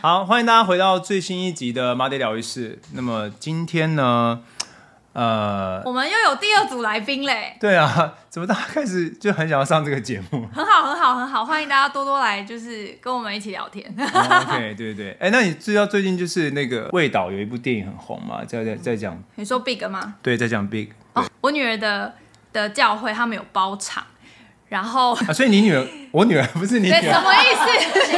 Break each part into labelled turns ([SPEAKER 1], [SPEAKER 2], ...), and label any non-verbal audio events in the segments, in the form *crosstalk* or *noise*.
[SPEAKER 1] 好，欢迎大家回到最新一集的《马爹疗愈室》。那么今天呢，呃，
[SPEAKER 2] 我们又有第二组来宾嘞，
[SPEAKER 1] 对啊， *laughs* 怎么大家开始就很想要上这个节目 *laughs*
[SPEAKER 2] 很好，很好，很好，欢迎大家多多来，就是跟我们一起聊天。 *laughs*
[SPEAKER 1] 哦？OK，对对对。哎，那你知道最近就是那个魏导有一部电影很红嘛？在在在讲，
[SPEAKER 2] 你说 Big 吗？
[SPEAKER 1] 对，在讲 Big
[SPEAKER 2] 哦，我女儿的的教会他们有包场，然后
[SPEAKER 1] 啊，所以你女儿，我女儿不是你
[SPEAKER 2] 对
[SPEAKER 1] 女
[SPEAKER 2] 什
[SPEAKER 1] 儿，
[SPEAKER 2] 么意 *laughs* 思？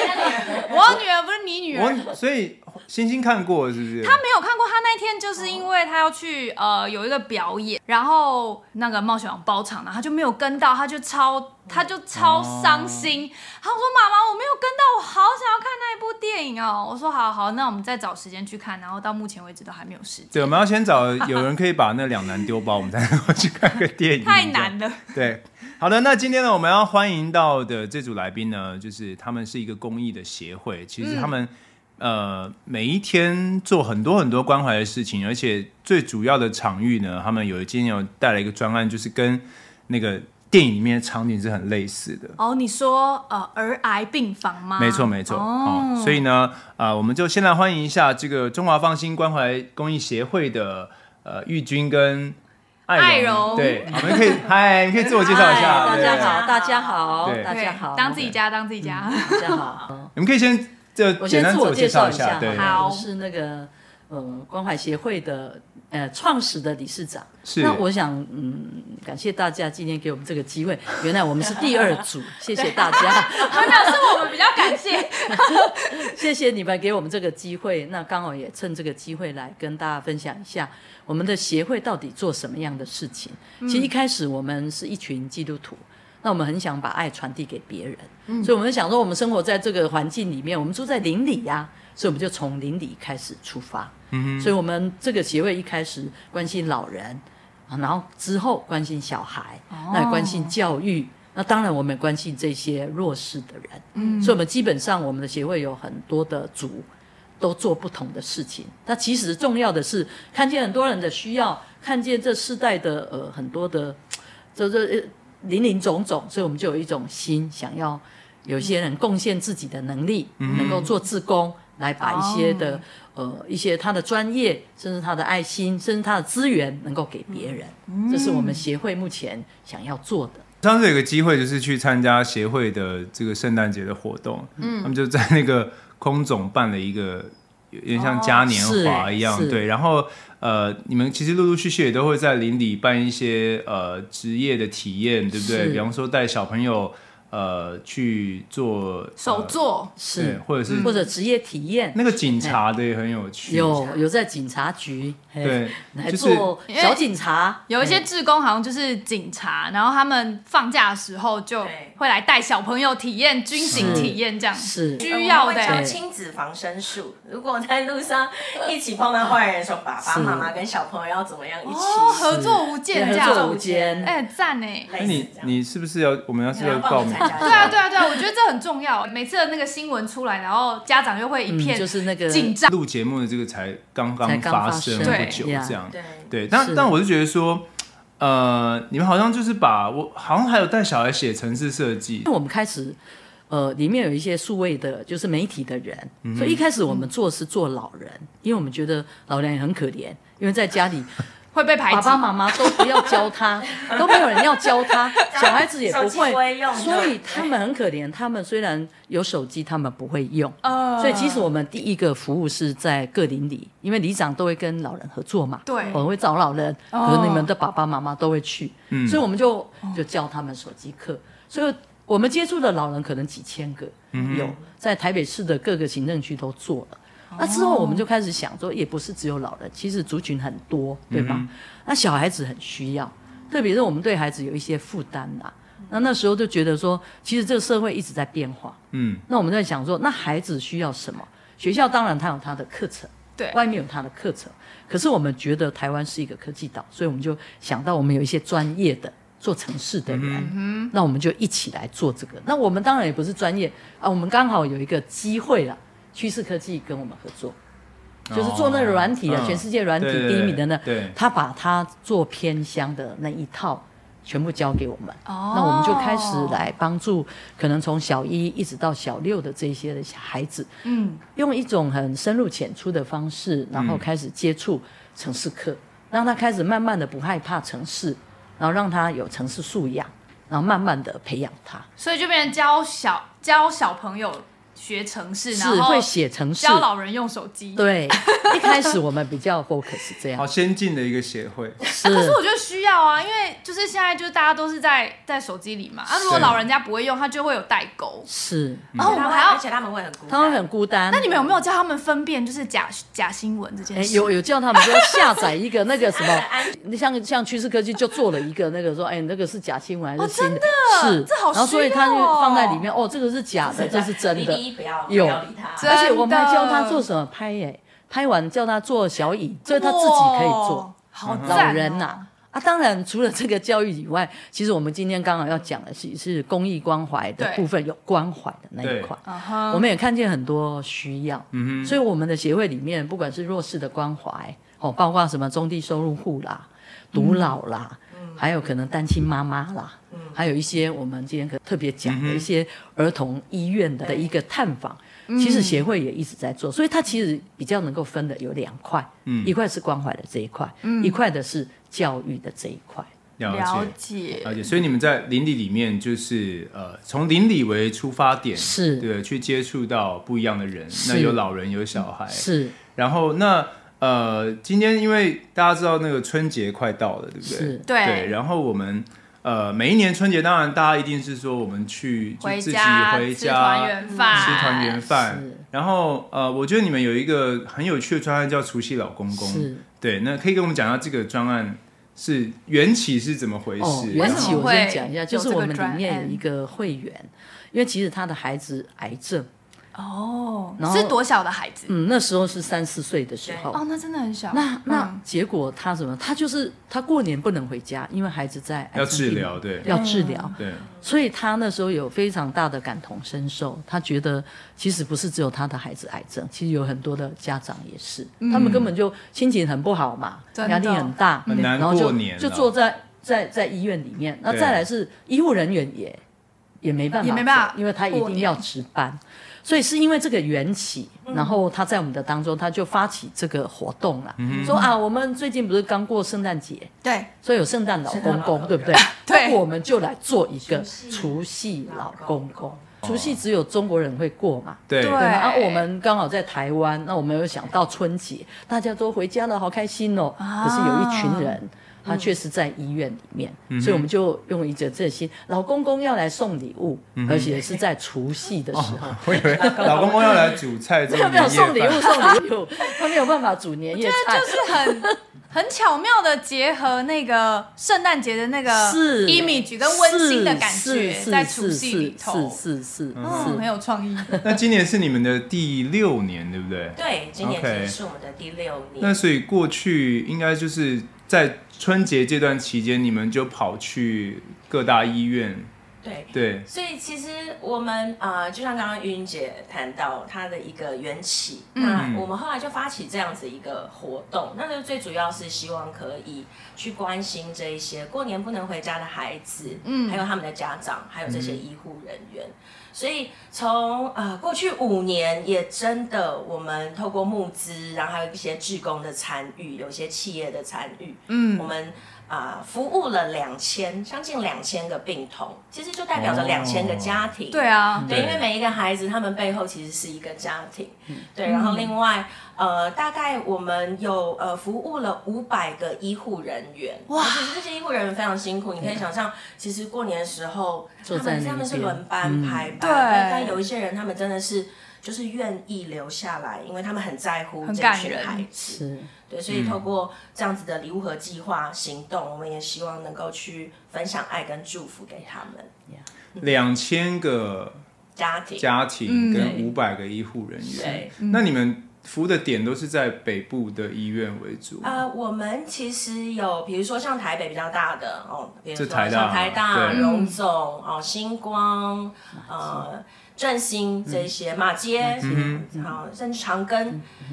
[SPEAKER 2] 我女儿不是你女儿，
[SPEAKER 1] 我所以星星看过是不是？
[SPEAKER 2] 她没有看过。她那天就是因为她要去呃有一个表演，然后那个冒险王包场，然后她就没有跟到，她就超她就超伤心。她说：“妈妈，我没有跟到，我好想要看那一部电影哦。”我说：“好好，那我们再找时间去看。”然后到目前为止都还没有时间，
[SPEAKER 1] 对，我们要先找有人可以把那两难丢包，我们才能够 *laughs* 去看个电影。
[SPEAKER 2] 太难了。
[SPEAKER 1] *laughs* 对，好的，那今天呢，我们要欢迎到的这组来宾呢，就是他们是一个公益的协会，其实他
[SPEAKER 3] 嗯
[SPEAKER 1] 们、呃每一天做很多很多关怀的事情，而且最主要的场域呢，他们有今天有带来一个专案，就是跟那个电影里面的场景是很类似的。
[SPEAKER 2] 哦，你说呃儿癌病房吗？
[SPEAKER 1] 没错，
[SPEAKER 3] 啊
[SPEAKER 1] 没错。
[SPEAKER 2] 哦，
[SPEAKER 1] 所以呢，啊、我们就先来欢迎一下这个中华放心关怀公益协会的呃玉军跟艾
[SPEAKER 2] 艾
[SPEAKER 1] 荣，
[SPEAKER 2] 荣
[SPEAKER 1] 对，你们可以，嗨，你可以自我介绍一下，
[SPEAKER 3] 哎嗨大
[SPEAKER 1] 对
[SPEAKER 3] 家好，大家好
[SPEAKER 1] 对，
[SPEAKER 3] 大家好，嗯
[SPEAKER 2] 当自己家，当自己家。 *laughs*
[SPEAKER 3] 大家好。
[SPEAKER 1] 你们可以先就简
[SPEAKER 3] 我先
[SPEAKER 1] 单
[SPEAKER 3] 自
[SPEAKER 1] 我
[SPEAKER 3] 我介绍
[SPEAKER 1] 一
[SPEAKER 3] 一下，
[SPEAKER 1] 对，
[SPEAKER 2] 好
[SPEAKER 3] 我是那个呃关怀协会的呃创始的理事长。
[SPEAKER 1] 是
[SPEAKER 3] 那我想嗯，感谢大家今天给我们这个机会。原来我们是第二组，谢谢大家，
[SPEAKER 2] 没有，是我们比较感
[SPEAKER 3] *laughs*
[SPEAKER 2] 谢。
[SPEAKER 3] 谢谢你们给我们这个机会。那刚好也趁这个机会来跟大家分享一下我们的协会到底做什么样的事情。其实一开始我们是一群基督徒，那我们很想把爱传递给别人，所以我们想说，我们生活在这个环境里面，我们住在邻里呀、所以我们就从邻里开始出发。嗯，所以我们这个协会一开始关心老人，啊然后之后关心小孩，那也关心教育。那当然，我们也关心这些弱势的人，嗯，所以我们基本上我们的协会有很多的组，都做不同的事情。那其实重要的是看见很多人的需要，看见这世代的呃很多的，这这呃林林总总，所以我们就有一种心想要有些人贡献自己的能力，
[SPEAKER 1] 嗯
[SPEAKER 3] 能够做志工来把一些的、
[SPEAKER 1] 哦
[SPEAKER 3] 呃一些他的专业，甚至他的爱心，甚至他的资源能够给别人。
[SPEAKER 1] 嗯
[SPEAKER 3] 这是我们协会目前想要做的。
[SPEAKER 1] 上次有个机会，就是去参加协会的这个圣诞节的活动，嗯，他们就在那个空总办了一个有点像嘉年华一样，
[SPEAKER 3] 哦是
[SPEAKER 1] 对。然后呃，你们其实陆陆续续也都会在邻里办一些呃职业的体验，对不对？
[SPEAKER 3] 是
[SPEAKER 1] 比方说带小朋友呃去做
[SPEAKER 2] 手
[SPEAKER 1] 呃
[SPEAKER 2] 作，
[SPEAKER 1] 对
[SPEAKER 3] 是，
[SPEAKER 1] 或者是
[SPEAKER 3] 或者职业体验，
[SPEAKER 1] 那个警察的也很有趣，
[SPEAKER 3] 有有在警察局，嘿
[SPEAKER 1] 对，
[SPEAKER 3] 来
[SPEAKER 1] 就是
[SPEAKER 3] 做小警察，
[SPEAKER 2] 有一些志工好像就是警察，然后他们放假的时候就
[SPEAKER 4] 对
[SPEAKER 2] 会来带小朋友体验军警体验这样。
[SPEAKER 3] 是
[SPEAKER 2] 需要的
[SPEAKER 4] 嗯我们会教
[SPEAKER 3] 对
[SPEAKER 4] 亲子防身术。如果在路上一起碰到坏人，说爸爸
[SPEAKER 3] 是
[SPEAKER 4] 妈妈跟小朋友要怎么样一起，
[SPEAKER 2] 哦，合作无间这
[SPEAKER 3] 合作
[SPEAKER 2] 样
[SPEAKER 3] 无，间，
[SPEAKER 2] 哎，赞哎！
[SPEAKER 4] 类
[SPEAKER 1] 那
[SPEAKER 4] 似
[SPEAKER 1] 你
[SPEAKER 4] 这样。
[SPEAKER 1] 你是不是要我们要是
[SPEAKER 4] 然
[SPEAKER 1] 要
[SPEAKER 4] 后
[SPEAKER 1] 报
[SPEAKER 4] 帮我
[SPEAKER 1] 名
[SPEAKER 4] 们？参加
[SPEAKER 2] 对啊，对啊，对啊，我觉得这很重要。每次的那个新闻出来，然后家长又会一片
[SPEAKER 3] 嗯就是那个
[SPEAKER 2] 紧张。
[SPEAKER 1] 录节目的这个才刚
[SPEAKER 3] 才
[SPEAKER 1] 刚
[SPEAKER 3] 刚
[SPEAKER 1] 发
[SPEAKER 3] 发
[SPEAKER 1] 生
[SPEAKER 3] 生
[SPEAKER 1] 不
[SPEAKER 2] 对
[SPEAKER 1] 久，
[SPEAKER 3] 呀
[SPEAKER 1] 这样
[SPEAKER 4] 对
[SPEAKER 1] 对。但
[SPEAKER 3] 是
[SPEAKER 1] 但我是觉得说，呃，你们好像就是把我好像还有带小孩写城市设计
[SPEAKER 3] 因为我们开始，呃，里面有一些数位的，就是媒体的人，
[SPEAKER 4] 嗯
[SPEAKER 3] 所以一开始我们做是做老人，因为我们觉得老人也很可怜，因为在家
[SPEAKER 4] *laughs*
[SPEAKER 3] 里
[SPEAKER 4] 哎
[SPEAKER 2] 会被排
[SPEAKER 3] 爸
[SPEAKER 2] 挤
[SPEAKER 3] 爸。妈妈都不要教他，都没有人要教他，小孩子也不
[SPEAKER 4] 手机不会用
[SPEAKER 3] 所以他们很可怜。他们虽然有手机，他们不会用。
[SPEAKER 4] 哦
[SPEAKER 2] 呃
[SPEAKER 3] 所以其实我们第一个服务是在各邻里，因为里长都会跟老人合作嘛，
[SPEAKER 2] 对
[SPEAKER 3] 我们会找老人，
[SPEAKER 2] 哦
[SPEAKER 3] 可能你们的爸爸妈妈都会去，所以我们就就教他们手机课，所以我们接触的老人可能几千个，有在台北市的各个行政区都做了。那之后我们就开始想说，也不是只有老人，其实族群很多，对吧？那小孩子很需要，特别是我们对孩子有一些负担啦、那那时候就觉得说，其实这个社会一直在变化，
[SPEAKER 1] 嗯，
[SPEAKER 3] 那我们在想说，那孩子需要什么？学校当然它有它的课程，
[SPEAKER 2] 对
[SPEAKER 3] 外面有它的课程。可是我们觉得台湾是一个科技岛，所以我们就想到我们有一些专业的做城市的人，那我们就一起来做这个。那我们当然也不是专业啊，我们刚好有一个机会啦，趋势科技跟我们合作，就是做那个软体啊，
[SPEAKER 1] 哦哦嗯
[SPEAKER 3] 全世界软体
[SPEAKER 1] 对对
[SPEAKER 3] 第一名的那，
[SPEAKER 1] 对对
[SPEAKER 3] 他把它做偏乡的那一套全部交给我们。
[SPEAKER 2] 哦
[SPEAKER 3] 那我们就开始来帮助，可能从小一一直到小六的这些的小孩子，
[SPEAKER 2] 嗯，
[SPEAKER 3] 用一种很深入浅出的方式，然
[SPEAKER 1] 嗯
[SPEAKER 3] 后开始接触城市课，让他开始慢慢的不害怕城市，然后让他有城市素养，然后慢慢的培养他，
[SPEAKER 2] 所以就变成教小教小朋友学城市，然
[SPEAKER 3] 是
[SPEAKER 2] 后
[SPEAKER 3] 会写城市。
[SPEAKER 2] 教老人用手机。
[SPEAKER 3] 对，一开始我们比较 focus 这
[SPEAKER 1] 好
[SPEAKER 3] 样，
[SPEAKER 1] 先进的一个协
[SPEAKER 3] *laughs*
[SPEAKER 1] 会，
[SPEAKER 3] 是
[SPEAKER 2] 哎可是我觉得需要啊，因为就是现在就是大家都是在在手机里嘛，啊，如果
[SPEAKER 1] 是
[SPEAKER 2] 老人家不会用，他就会有代沟。
[SPEAKER 3] 是，
[SPEAKER 2] 然哦后我们还要
[SPEAKER 4] 而，且他们会很孤单，
[SPEAKER 3] 他们很孤单。
[SPEAKER 2] 那你们有没有教他们分辨就是假假新闻这件
[SPEAKER 3] 哎，
[SPEAKER 2] 事？
[SPEAKER 3] 有有叫他们说下载一个那个什
[SPEAKER 4] 安
[SPEAKER 3] 么，像像趋势科技就做了一个那个说，哎，那个是假新闻还是新的？
[SPEAKER 2] 哦真的
[SPEAKER 3] 是，
[SPEAKER 2] 这好
[SPEAKER 3] 然后所以他就
[SPEAKER 2] 需要哦
[SPEAKER 3] 放在里面，哦，这个是假的，这是真的
[SPEAKER 4] 你。第一不要不
[SPEAKER 3] 有
[SPEAKER 4] 要理他，
[SPEAKER 2] 真的
[SPEAKER 3] 而且我们还教他做什么拍耶、拍完叫他做小椅，所以他自己可以
[SPEAKER 2] 哇
[SPEAKER 3] 做。，
[SPEAKER 2] 好赞哦
[SPEAKER 3] 老人呐、啊。当然，除了这个教育以外，其实我们今天刚好要讲的是是公益关怀的
[SPEAKER 2] 对
[SPEAKER 3] 部分，有关怀的那一块。
[SPEAKER 2] 嗯哼，
[SPEAKER 3] 我们也看见很多需要，
[SPEAKER 1] 嗯哼，
[SPEAKER 3] 所以我们的协会里面，不管是弱势的关怀，哦，包括什么中低收入户啦、独老啦，
[SPEAKER 1] 嗯
[SPEAKER 3] 还有可能单亲妈妈啦，还有一些我们今天可特别讲
[SPEAKER 1] 嗯
[SPEAKER 3] 的一些儿童医院的一个探访，其实协会也一直在做，所以它其实比较能够分的有两块，
[SPEAKER 1] 嗯
[SPEAKER 3] 一块是关怀的这一块，一块的是教育的这一块。
[SPEAKER 1] 了
[SPEAKER 2] 了
[SPEAKER 1] 解。
[SPEAKER 2] 解，
[SPEAKER 1] 了解，所以你们在邻里里面，就是呃，从邻里为出发点，
[SPEAKER 3] 是
[SPEAKER 1] 对，去接触到不一样的人，
[SPEAKER 3] 是
[SPEAKER 1] 那有老人，有小孩，
[SPEAKER 3] 是
[SPEAKER 1] 然后那呃，今天因为大家知道那个春节快到了，对不对？
[SPEAKER 3] 是
[SPEAKER 2] 对
[SPEAKER 1] 对，然后我们呃，每一年春节，当然大家一定是说我们去就
[SPEAKER 2] 回
[SPEAKER 1] 自己
[SPEAKER 2] 家
[SPEAKER 1] 回
[SPEAKER 2] 吃
[SPEAKER 1] 家
[SPEAKER 2] 团圆饭
[SPEAKER 1] 吃团圆饭
[SPEAKER 3] 是。
[SPEAKER 1] 然后呃，我觉得你们有一个很有趣的专案叫“除夕老公公”，
[SPEAKER 3] 是
[SPEAKER 1] 对，那可以跟我们讲一下这个专案是缘起是怎么回事？
[SPEAKER 3] 哦，
[SPEAKER 2] 为
[SPEAKER 3] 缘
[SPEAKER 2] 什
[SPEAKER 3] 起
[SPEAKER 2] 么
[SPEAKER 3] 我
[SPEAKER 2] 会
[SPEAKER 3] 先讲一下，
[SPEAKER 2] 有
[SPEAKER 3] 就是
[SPEAKER 2] 这
[SPEAKER 3] 我
[SPEAKER 2] 个
[SPEAKER 3] 们里
[SPEAKER 2] 专
[SPEAKER 3] 面有
[SPEAKER 2] 案
[SPEAKER 3] 一个会员，因为其实他的孩子癌症，
[SPEAKER 2] 哦
[SPEAKER 3] 然，后
[SPEAKER 2] 是多小的孩子？
[SPEAKER 3] 嗯，那时候是三四岁的时候，
[SPEAKER 2] 哦，那真的很小。
[SPEAKER 3] 那那
[SPEAKER 2] 嗯
[SPEAKER 3] 结果他怎么？他就是他过年不能回家，因为孩子在癌
[SPEAKER 1] 要
[SPEAKER 3] 症
[SPEAKER 1] 治
[SPEAKER 3] 病
[SPEAKER 1] 疗，对
[SPEAKER 3] 要治
[SPEAKER 2] 嗯
[SPEAKER 3] 疗，
[SPEAKER 1] 对，
[SPEAKER 3] 所以他那时候有非常大的感同身受。他觉得其实不是只有他的孩子癌症，其实有很多的家长也是，
[SPEAKER 2] 嗯
[SPEAKER 3] 他们根本就心情很不好嘛，
[SPEAKER 2] 真的
[SPEAKER 3] 压力很大，
[SPEAKER 1] 很难
[SPEAKER 3] 然后就
[SPEAKER 1] 过年啊
[SPEAKER 3] 就坐在在在医院里面。那
[SPEAKER 1] 对
[SPEAKER 3] 再来是医护人员也也没办法走，
[SPEAKER 2] 也没办法
[SPEAKER 3] 因为他一
[SPEAKER 2] 过
[SPEAKER 3] 定
[SPEAKER 2] 年
[SPEAKER 3] 要值班。所以是因为这个缘起，然后他在我们的当中，他就发起这个活动了，
[SPEAKER 1] 嗯
[SPEAKER 3] 说啊，我们最近不是刚过圣诞节，
[SPEAKER 2] 对
[SPEAKER 3] 所以有圣诞老公
[SPEAKER 4] 圣诞老
[SPEAKER 3] 公，
[SPEAKER 4] 公
[SPEAKER 3] 对不对？
[SPEAKER 2] 对
[SPEAKER 3] 那我们就来做一个除
[SPEAKER 4] 除
[SPEAKER 3] 夕老
[SPEAKER 4] 老
[SPEAKER 3] 公
[SPEAKER 4] 公
[SPEAKER 3] 公。除夕只有中国人会过嘛？
[SPEAKER 1] 对
[SPEAKER 2] 对
[SPEAKER 3] 对吗？啊，我们刚好在台湾，那我们有想到春节，大家都回家了，好开心哦。
[SPEAKER 2] 啊
[SPEAKER 3] 可是有一群人，他确实在医院里面，
[SPEAKER 1] 嗯
[SPEAKER 3] 所以我们就用一个这些老公公要来送礼物，
[SPEAKER 1] 嗯
[SPEAKER 3] 而且是在除夕的时 *laughs* 候。
[SPEAKER 1] 我以为老公公要来煮菜做
[SPEAKER 3] 没有
[SPEAKER 1] 哦年
[SPEAKER 3] 没有 *laughs*
[SPEAKER 1] 夜饭，
[SPEAKER 3] 送礼物，送礼物，他没有办法煮年夜菜，
[SPEAKER 2] 就是很
[SPEAKER 3] *laughs*
[SPEAKER 2] 很巧妙的结合那个圣诞节的那个
[SPEAKER 3] 是
[SPEAKER 2] image 跟温馨的感
[SPEAKER 3] 是
[SPEAKER 2] 觉，
[SPEAKER 3] 是
[SPEAKER 2] 在
[SPEAKER 3] 是
[SPEAKER 2] 除夕里头，
[SPEAKER 3] 是是是是
[SPEAKER 2] 嗯，很
[SPEAKER 3] 是，
[SPEAKER 2] 有创意。
[SPEAKER 1] 那今年是你们的第六年，对不对？
[SPEAKER 4] 对，今年
[SPEAKER 1] OK
[SPEAKER 4] 其实是我们的第六
[SPEAKER 1] 那
[SPEAKER 4] 年，
[SPEAKER 1] 所以过去应该就是在春节这段期间，你们就跑去各大医院，
[SPEAKER 4] 对。
[SPEAKER 1] 对，
[SPEAKER 4] 所以其实我们呃，就像刚刚云姐谈到她的一个缘起，那我们后来就发起这样子一个活动，那就最主要是希望可以去关心这一些过年不能回家的孩子，嗯，还有他们的家长，还有这些医护人员。所以从呃过去五年，也真的我们透过募资，然后还有一些志工的参与，有一些企业的参与，我
[SPEAKER 2] 嗯，
[SPEAKER 4] 们啊、服务了两千，将近两千个病童，其实就代表着两千个家庭。
[SPEAKER 2] 哦对。啊，
[SPEAKER 4] 对，
[SPEAKER 1] 对
[SPEAKER 4] 因为每一个孩子，他们背后其实是一个家庭。
[SPEAKER 3] 嗯
[SPEAKER 4] 对，
[SPEAKER 2] 嗯
[SPEAKER 4] 然后另外，呃，大概我们有呃服务了五百个医护人员。哇！其实这些医护人员非常辛苦，你可以想象，其实过年的时候，他
[SPEAKER 3] 在那
[SPEAKER 4] 们
[SPEAKER 3] 边
[SPEAKER 4] 他们是轮班排
[SPEAKER 2] 嗯
[SPEAKER 4] 班，
[SPEAKER 2] 对
[SPEAKER 4] 那但有一些人他们真的是就是愿意留下来，因为他们很在乎
[SPEAKER 2] 很
[SPEAKER 4] 这
[SPEAKER 2] 感
[SPEAKER 4] 群
[SPEAKER 2] 人
[SPEAKER 4] 孩子。
[SPEAKER 3] 是嗯
[SPEAKER 4] 对，所以透过这样子的礼物盒计划行动，我们也希望能够去分享爱跟祝福给他们
[SPEAKER 1] 两千个
[SPEAKER 4] 家庭。
[SPEAKER 1] 家庭跟
[SPEAKER 4] 对
[SPEAKER 1] 五百个医护人员
[SPEAKER 4] 嗯对，
[SPEAKER 1] 那你们服务的点都是在北部的医院为主，
[SPEAKER 4] 呃，我们其实有，比如说像台北比较大的哦，比如
[SPEAKER 1] 这
[SPEAKER 4] 说
[SPEAKER 1] 台大
[SPEAKER 4] 像台大、
[SPEAKER 1] 对
[SPEAKER 4] 荣总哦、星光，呃，振兴这一些马街，嗯好，甚至长庚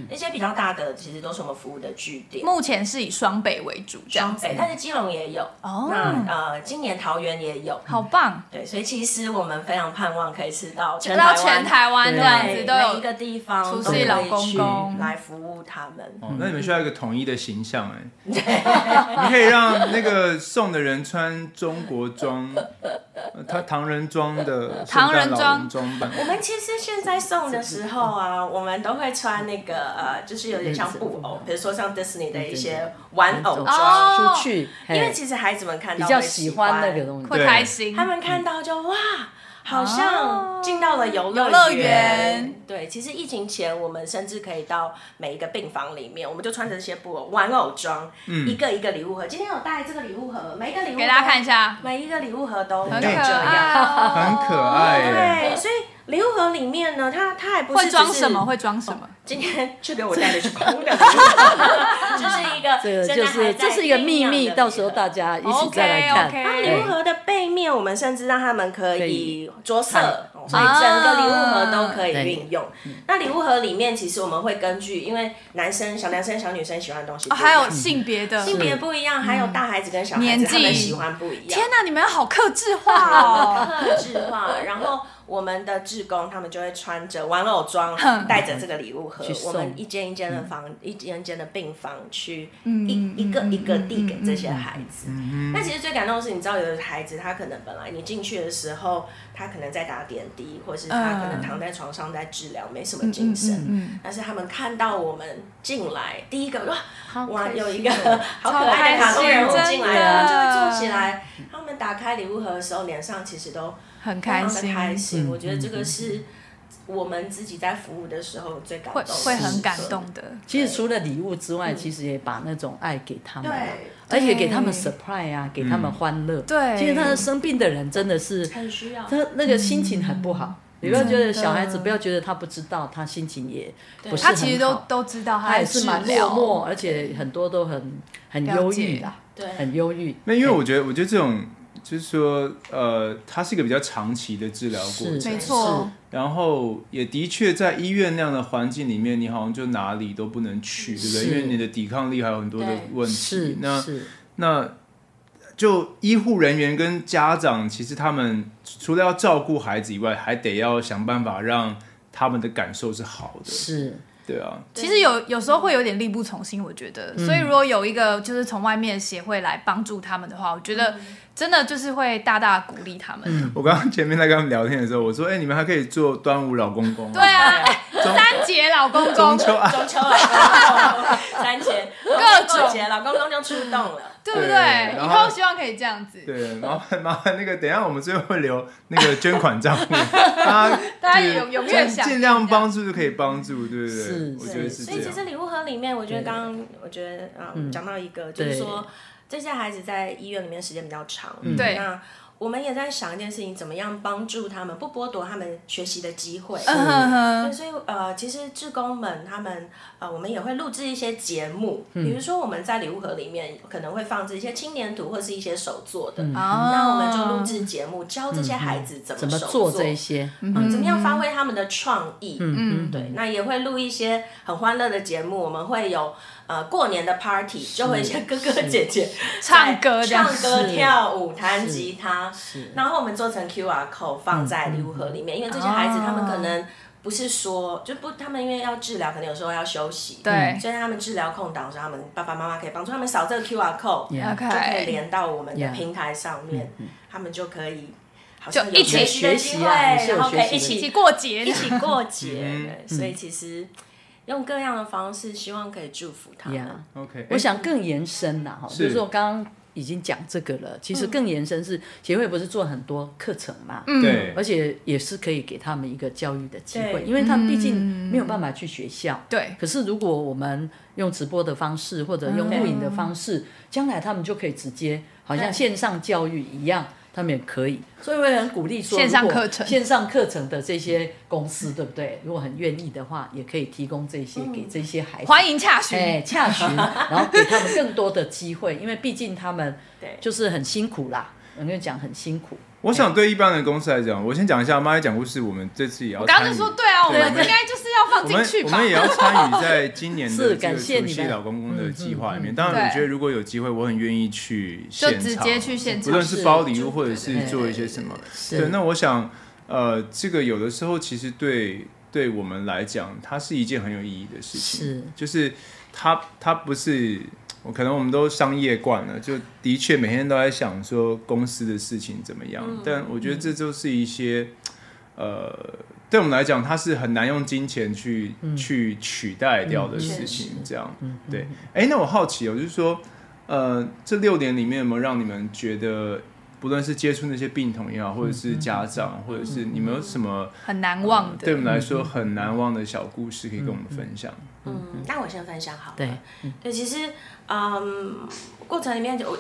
[SPEAKER 4] 那些比较大的，其实都是我们服务的据点。
[SPEAKER 2] 目前是以双北为主，这样
[SPEAKER 4] 双
[SPEAKER 2] 子
[SPEAKER 4] 北，但是基隆也有，
[SPEAKER 2] 哦
[SPEAKER 4] 那呃，今年桃园也有，
[SPEAKER 2] 好棒，
[SPEAKER 4] 对，所以其实我们非常盼望可以吃到全
[SPEAKER 2] 到
[SPEAKER 4] 台
[SPEAKER 2] 全台湾这样子
[SPEAKER 4] 对
[SPEAKER 2] 都
[SPEAKER 4] 每一
[SPEAKER 2] 有
[SPEAKER 4] 个地方
[SPEAKER 2] 厨
[SPEAKER 4] 都
[SPEAKER 2] 师
[SPEAKER 4] 可
[SPEAKER 2] 老
[SPEAKER 4] 以
[SPEAKER 2] 公
[SPEAKER 4] 去
[SPEAKER 2] 公
[SPEAKER 4] 来服务他们。
[SPEAKER 1] 哦，那你们需要一个统一的形象哎、
[SPEAKER 4] 嗯
[SPEAKER 1] *laughs* 你可以让那个送的人穿中国装，呃他唐人装的圣
[SPEAKER 2] 唐人
[SPEAKER 1] 诞老
[SPEAKER 2] 装
[SPEAKER 1] 人装扮，
[SPEAKER 4] 我们其实现在送的时候啊，我们都会穿那个呃，就是有点像布偶，
[SPEAKER 3] 嗯
[SPEAKER 4] 比如说像 Disney 的一些玩偶
[SPEAKER 2] 哦
[SPEAKER 4] 装，
[SPEAKER 3] 出去，
[SPEAKER 4] 因为
[SPEAKER 3] 嘿
[SPEAKER 4] 其实孩子们看
[SPEAKER 3] 比
[SPEAKER 4] 到
[SPEAKER 3] 较
[SPEAKER 4] 会
[SPEAKER 3] 喜
[SPEAKER 4] 喜
[SPEAKER 3] 欢那个东西。
[SPEAKER 2] 会
[SPEAKER 1] 对
[SPEAKER 2] 开心。
[SPEAKER 4] 他们看到就哇，好像进到了游
[SPEAKER 2] 哦游乐园
[SPEAKER 4] 园。对，其实疫情前我们甚至可以到每一个病房里面，我们就穿着这些布偶玩偶装，
[SPEAKER 3] 嗯
[SPEAKER 4] 一个一个礼物盒。今天有带这个礼物盒，每一个礼物
[SPEAKER 2] 给大家看一
[SPEAKER 4] 下，
[SPEAKER 2] 下，
[SPEAKER 4] 每一个礼物盒都
[SPEAKER 2] 很
[SPEAKER 4] 会
[SPEAKER 2] 可
[SPEAKER 4] 这样。
[SPEAKER 2] 爱哦，
[SPEAKER 1] 很可爱耶、
[SPEAKER 4] 哦对，所以礼物盒里面呢，它它还不是
[SPEAKER 2] 会装
[SPEAKER 4] 只是
[SPEAKER 2] 什么？会装什么？
[SPEAKER 4] 今天就给我带的是空
[SPEAKER 2] *laughs*
[SPEAKER 4] 的，就是一个
[SPEAKER 3] 这个
[SPEAKER 4] 真
[SPEAKER 3] 就
[SPEAKER 4] 的还
[SPEAKER 3] 是
[SPEAKER 4] 在
[SPEAKER 3] 这是一个秘
[SPEAKER 4] 酝
[SPEAKER 3] 密，
[SPEAKER 4] 酿的
[SPEAKER 3] 到时候
[SPEAKER 4] 礼盒
[SPEAKER 3] 大家一起再来看。
[SPEAKER 2] OK，OK
[SPEAKER 4] 那
[SPEAKER 2] 对
[SPEAKER 4] 礼物盒的背面，我们甚至让他们可
[SPEAKER 3] 可
[SPEAKER 4] 以
[SPEAKER 3] 以
[SPEAKER 4] 着色哦
[SPEAKER 3] 看，
[SPEAKER 4] 所以整个礼物盒
[SPEAKER 2] 啊
[SPEAKER 4] 都可以
[SPEAKER 3] 对
[SPEAKER 4] 运用。那礼物盒里面，其实我们会根据，因为男生、小男生、小女生喜欢的东西不
[SPEAKER 2] 哦
[SPEAKER 4] 一
[SPEAKER 2] 还
[SPEAKER 4] 样，
[SPEAKER 2] 有性别的，
[SPEAKER 4] 性别不一样，还有大孩子跟小孩
[SPEAKER 2] 年
[SPEAKER 4] 子
[SPEAKER 2] 纪
[SPEAKER 4] 他们喜欢不一样。
[SPEAKER 2] 天哪，你们好克制化哦！
[SPEAKER 4] 克制化，然后我们的志工他们就会穿着玩偶装，
[SPEAKER 2] 哼
[SPEAKER 4] 带着这个礼物盒
[SPEAKER 3] 去，送
[SPEAKER 4] 我们一间一间的房，一间一间的病房去
[SPEAKER 2] 嗯
[SPEAKER 4] 一一个一个递给这些孩子。
[SPEAKER 3] 嗯
[SPEAKER 4] 那其实最感动的是，你知道有的孩子他可能本来你进去的时候，他可能在打点滴，或是他可能躺在床上在治疗，没什么精神。
[SPEAKER 2] 嗯，
[SPEAKER 4] 但是他们看到我们进来，第一个哇哇
[SPEAKER 3] 开心
[SPEAKER 4] 有一个
[SPEAKER 3] 哦
[SPEAKER 4] *laughs* 好可爱的卡通人物进来
[SPEAKER 2] 超开心真的
[SPEAKER 4] 了，他们就会坐起来。他们打开礼物盒的时候，脸上其实都
[SPEAKER 2] 很
[SPEAKER 4] 非
[SPEAKER 2] 开
[SPEAKER 4] 常的
[SPEAKER 2] 心，
[SPEAKER 4] 开心。我觉得这个是我们自己在服务的时候最感
[SPEAKER 2] 会
[SPEAKER 4] 动的时刻，
[SPEAKER 2] 会很感动的。
[SPEAKER 3] *laughs* 其实除了礼物之外，其实也把那种爱给他们
[SPEAKER 4] 对。
[SPEAKER 3] 啊，
[SPEAKER 4] 对，
[SPEAKER 3] 而且给他们 surprise 啊，给他们欢乐。
[SPEAKER 2] 对
[SPEAKER 3] 其实他生病的人真的是
[SPEAKER 4] 很需要。
[SPEAKER 3] 他那个心情很不好。你不要觉得小孩子不要觉得他不知道，他心情也不是
[SPEAKER 2] 他
[SPEAKER 3] 很好。
[SPEAKER 2] 其实都都知道，
[SPEAKER 3] 他
[SPEAKER 2] 他
[SPEAKER 3] 也是蛮
[SPEAKER 2] 治
[SPEAKER 3] 落
[SPEAKER 2] 疗
[SPEAKER 3] 寞，而且很多都很很忧郁的，
[SPEAKER 4] 对
[SPEAKER 3] 很忧郁。
[SPEAKER 1] 那因为我觉得，我觉得这种就是说，呃，它是一个比较长期的治疗过
[SPEAKER 3] 是
[SPEAKER 1] 程。
[SPEAKER 2] 没错
[SPEAKER 1] 然后也的确在医院那样的环境里面，你好像就哪里都不能去，对不对？
[SPEAKER 3] 是
[SPEAKER 1] 因为你的抵抗力还有很多的
[SPEAKER 4] 对
[SPEAKER 1] 问
[SPEAKER 3] 是
[SPEAKER 1] 题。嗯那
[SPEAKER 3] 是
[SPEAKER 1] 那就医护人员跟家长，其实他们除了要照顾孩子以外，还得要想办法让他们的感受是好的。
[SPEAKER 3] 是
[SPEAKER 1] 对啊，
[SPEAKER 2] 其实有有时候会有点力不从心，我觉得。所以如果有一个就是从外面的协会来帮助他们的话，我觉得真的就是会大大鼓励他们。
[SPEAKER 1] 我刚刚前面在跟他们聊天的时候，我说：“哎、你们还可以做端午老公公、*laughs*
[SPEAKER 2] 对，啊，三姐老公
[SPEAKER 1] 中
[SPEAKER 2] 公，
[SPEAKER 1] 秋啊，
[SPEAKER 4] 中秋老公公 *laughs* 三节
[SPEAKER 2] 各种
[SPEAKER 4] 过节，老公公就出动了。
[SPEAKER 2] 对不
[SPEAKER 1] 对
[SPEAKER 2] 对？以
[SPEAKER 1] 然后
[SPEAKER 2] 后希望可以这样子。
[SPEAKER 1] 对，麻烦麻烦那个，等一下我们最后会留那个捐款账
[SPEAKER 2] *laughs*
[SPEAKER 1] 户，大家
[SPEAKER 2] 大家
[SPEAKER 1] 就是
[SPEAKER 2] 有有没有
[SPEAKER 1] 尽
[SPEAKER 2] 想
[SPEAKER 1] 尽量帮助就可以帮助，对不对？
[SPEAKER 3] 是
[SPEAKER 1] 我觉得
[SPEAKER 3] 是
[SPEAKER 1] 是
[SPEAKER 4] 所以
[SPEAKER 1] 这
[SPEAKER 4] 其实
[SPEAKER 1] 样。
[SPEAKER 4] 礼物盒里面，我觉得刚刚我觉得嗯讲到一个，就是
[SPEAKER 3] 对嗯
[SPEAKER 4] 说这些孩子在医院里面时间比较长，
[SPEAKER 2] 对
[SPEAKER 4] 那。我们也在想一件事情，怎么样帮助他们，不剥夺他们学习的机会。
[SPEAKER 2] 嗯哼
[SPEAKER 4] 对，
[SPEAKER 2] 哼，
[SPEAKER 4] 所以呃，其实志工们他们呃，我们也会录制一些节目，
[SPEAKER 3] 嗯
[SPEAKER 4] 比如说我们在礼物盒里面可能会放置一些青年图或是一些手做的，
[SPEAKER 2] 哦
[SPEAKER 4] 那我们就录制节目，教这些孩子怎
[SPEAKER 3] 嗯怎
[SPEAKER 4] 么
[SPEAKER 3] 么
[SPEAKER 4] 手
[SPEAKER 3] 做这一些？
[SPEAKER 4] 嗯，怎么样发挥他们的创意，嗯。
[SPEAKER 3] 嗯，
[SPEAKER 4] 对，那也会录一些很欢乐的节目，我们会有呃过年的 party，就会有一些哥哥姐姐
[SPEAKER 2] 唱歌这样
[SPEAKER 4] 唱歌、
[SPEAKER 3] 是
[SPEAKER 4] 跳舞、弹吉他，然后我们做成 QR code 放在礼物盒里
[SPEAKER 3] 嗯
[SPEAKER 4] 面，因为这些孩子他们可能不是说就不，他们因为要治疗，可能有时候要休息，
[SPEAKER 2] 对
[SPEAKER 4] 所以他们治疗空档的时候，他们爸爸妈妈可以帮助他们扫这个 QR code，就可以
[SPEAKER 2] ，OK，
[SPEAKER 4] 连到我们的
[SPEAKER 3] Yeah 嗯
[SPEAKER 4] 平台上面，他们就可以好
[SPEAKER 2] 就
[SPEAKER 4] 像
[SPEAKER 2] 一
[SPEAKER 4] 有
[SPEAKER 2] 起
[SPEAKER 4] 学习
[SPEAKER 3] 学
[SPEAKER 4] 的机
[SPEAKER 3] 习
[SPEAKER 4] 会，
[SPEAKER 3] 啊也是有
[SPEAKER 4] 然后可以
[SPEAKER 3] 学
[SPEAKER 4] 一
[SPEAKER 3] 习的
[SPEAKER 2] 一起
[SPEAKER 4] 起
[SPEAKER 2] 过节
[SPEAKER 4] 一起 *laughs* 过节，
[SPEAKER 1] 嗯
[SPEAKER 4] 对所以其实用各样的方式，希望可以祝福他们。
[SPEAKER 3] 呀。
[SPEAKER 1] OK，
[SPEAKER 3] 嗯我想更延伸呐，哈，
[SPEAKER 1] 是
[SPEAKER 3] 就是我刚刚已经讲这个了，其实更延伸是协会不是做很多课程嘛，
[SPEAKER 1] 哎
[SPEAKER 2] 嗯
[SPEAKER 1] 对
[SPEAKER 3] 而且也是可以给他们一个教育的机会，
[SPEAKER 4] 对
[SPEAKER 3] 因为他们毕竟没有办法去学校。
[SPEAKER 2] 嗯对，
[SPEAKER 3] 可是如果我们用直播的方式或者用录影的方式，
[SPEAKER 2] 嗯
[SPEAKER 3] 将来他们就可以直接，好像线上教育一样。他们也可以，所以我也很鼓励说，
[SPEAKER 2] 线上
[SPEAKER 3] 如果
[SPEAKER 2] 课程
[SPEAKER 3] 线上课程的这些公司，对不对？如果很愿意的话，也可以提供这些给这些孩子。
[SPEAKER 2] 嗯欢迎洽询。
[SPEAKER 3] 哎，洽询，然后给他们更多的机会，因为毕竟他们
[SPEAKER 4] 对
[SPEAKER 3] 就是很辛苦啦。我跟你讲，很辛苦，
[SPEAKER 1] 我想对一般的公司来讲，我先讲一下，妈也讲故事，我们这次也要
[SPEAKER 2] 我
[SPEAKER 1] 参与。
[SPEAKER 2] 刚刚就说，对啊，我
[SPEAKER 3] 对
[SPEAKER 2] 们应该就是要放
[SPEAKER 1] 我
[SPEAKER 2] 进
[SPEAKER 1] 们
[SPEAKER 2] 去
[SPEAKER 1] 我
[SPEAKER 2] 吧
[SPEAKER 1] 们。也
[SPEAKER 2] *laughs*
[SPEAKER 1] 要参与在今年
[SPEAKER 3] 是
[SPEAKER 1] 的这
[SPEAKER 3] 感
[SPEAKER 1] 个
[SPEAKER 3] 谢
[SPEAKER 1] 除
[SPEAKER 3] 你
[SPEAKER 1] 夕
[SPEAKER 3] 们
[SPEAKER 1] 老公公的计划里面。
[SPEAKER 3] 嗯嗯嗯
[SPEAKER 1] 当然，我
[SPEAKER 2] 对
[SPEAKER 1] 觉得如果有机会，我很愿意去
[SPEAKER 2] 就
[SPEAKER 1] 现场，
[SPEAKER 2] 直接去现场
[SPEAKER 1] 无论
[SPEAKER 3] 是
[SPEAKER 1] 是包礼
[SPEAKER 4] 就
[SPEAKER 1] 物或者
[SPEAKER 4] 对
[SPEAKER 1] 是
[SPEAKER 4] 对
[SPEAKER 1] 做一
[SPEAKER 4] 对
[SPEAKER 1] 些
[SPEAKER 4] 对
[SPEAKER 1] 什么。
[SPEAKER 3] 是
[SPEAKER 1] 对，那我想，呃，这个有的时候其实对对我们来讲，它是一件很有意义的事情。
[SPEAKER 3] 是
[SPEAKER 1] 就是它它不是，我可能我们都商业惯了，就的确每天都在想说公司的事情怎么样，但我觉得这就是一些，呃。对我们来讲，它是很难用金钱去、去取代掉的事情。这样，对。哎，那我好奇哦，就是说，呃，这六年里面有没有让你们觉得，不论是接触那些病童也好，或者是家长，或者是你们有什么
[SPEAKER 2] 很难忘
[SPEAKER 1] 对我
[SPEAKER 2] 的，
[SPEAKER 1] 们来说很难忘的小故事可以跟我们分享？
[SPEAKER 4] 嗯，那我先分享好了。
[SPEAKER 3] 对，
[SPEAKER 4] 对，其实嗯，过程里面就我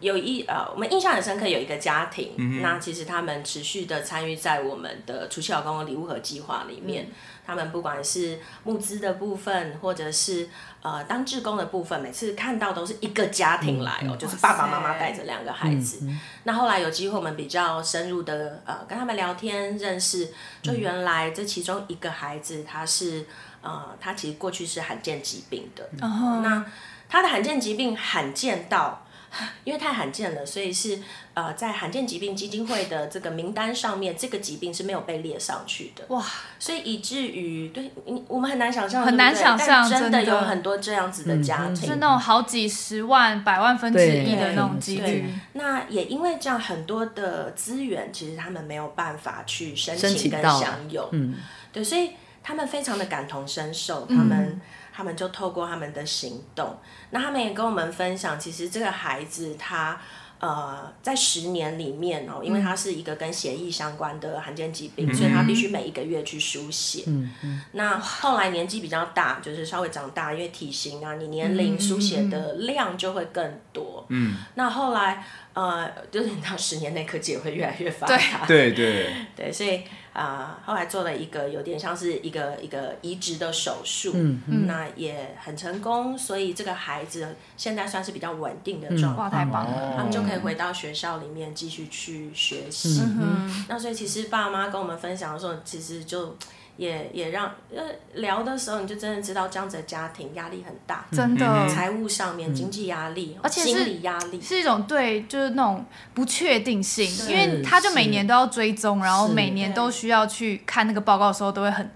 [SPEAKER 4] 有一呃，我们印象很深刻有一个家庭，那其实他们持续的参与在我们的除夕老公公礼物盒计划里面。他们不管是募资的部分，或者是呃当志工的部分，每次看到都是一个家庭来哦，就是爸爸妈
[SPEAKER 2] 哇
[SPEAKER 4] 妈
[SPEAKER 2] 塞
[SPEAKER 4] 带着两个孩子。那后来有机会，我们比较深入的呃跟他们聊天认识，就原来这其中一个孩子他是呃他其实过去是罕见疾病的，
[SPEAKER 2] 嗯
[SPEAKER 4] 那他的罕见疾病罕见到。 *sighs* 因为太罕见了，所以是呃，在罕见疾病基金会的这个名单上面，这个疾病是没有被列上去的。
[SPEAKER 2] 哇，
[SPEAKER 4] 所以以至于对你，我们很难想象，
[SPEAKER 2] 很难
[SPEAKER 4] 对不对但
[SPEAKER 2] 想象
[SPEAKER 4] 真
[SPEAKER 2] 真的嗯
[SPEAKER 4] 有很多这样子的家庭。
[SPEAKER 2] 是那种好几十万、百万分之一的那种几
[SPEAKER 4] 对
[SPEAKER 2] 率，
[SPEAKER 3] 嗯
[SPEAKER 4] 那也因为这样，很多的资源其实他们没有办法去申
[SPEAKER 3] 申
[SPEAKER 4] 请
[SPEAKER 3] 请
[SPEAKER 4] 跟
[SPEAKER 3] 到
[SPEAKER 4] 享有，
[SPEAKER 3] 嗯，
[SPEAKER 4] 对，所以他们非常的感同身受，他们、
[SPEAKER 3] 嗯
[SPEAKER 4] 他们就透过他们的行动，那他们也跟我们分享，其实这个孩子他。呃，在十年里面哦，
[SPEAKER 3] 嗯
[SPEAKER 4] 因为他是一个跟协议相关的罕见疾病，所以他必须每一个月去书写。
[SPEAKER 3] 嗯嗯，
[SPEAKER 4] 那后来年纪比较大，就是稍微长大，因为体型啊，你年龄书写的
[SPEAKER 2] 嗯
[SPEAKER 4] 量就会更多。
[SPEAKER 1] 嗯，
[SPEAKER 4] 那后来呃，就是你知道，十年内科技也会越来越发
[SPEAKER 2] 对
[SPEAKER 4] 达，
[SPEAKER 1] 对对，
[SPEAKER 4] 对，所以啊、呃后来做了一个有点像是一个一个移植的手术，
[SPEAKER 3] 嗯
[SPEAKER 4] 那也很成功，所以这个孩子现在算是比较稳定的状
[SPEAKER 2] 哇，
[SPEAKER 4] 况，
[SPEAKER 2] 太棒了！
[SPEAKER 4] 他们就可以回到学校里面继续去学习。
[SPEAKER 2] 嗯，
[SPEAKER 4] 那所以其实爸妈跟我们分享的时候，其实就也也让呃聊的时候，你就真的知道这样子的家庭压力很大，
[SPEAKER 2] 真
[SPEAKER 1] 嗯
[SPEAKER 2] 的
[SPEAKER 4] 财务上面、经济压力，
[SPEAKER 2] 而且是
[SPEAKER 4] 心理压力，
[SPEAKER 2] 是一种对，就是那种不确定性，
[SPEAKER 4] 是
[SPEAKER 2] 因为他就每年都要追踪，然后
[SPEAKER 3] 是
[SPEAKER 2] 每年都需要去看那个报告的时候，都会很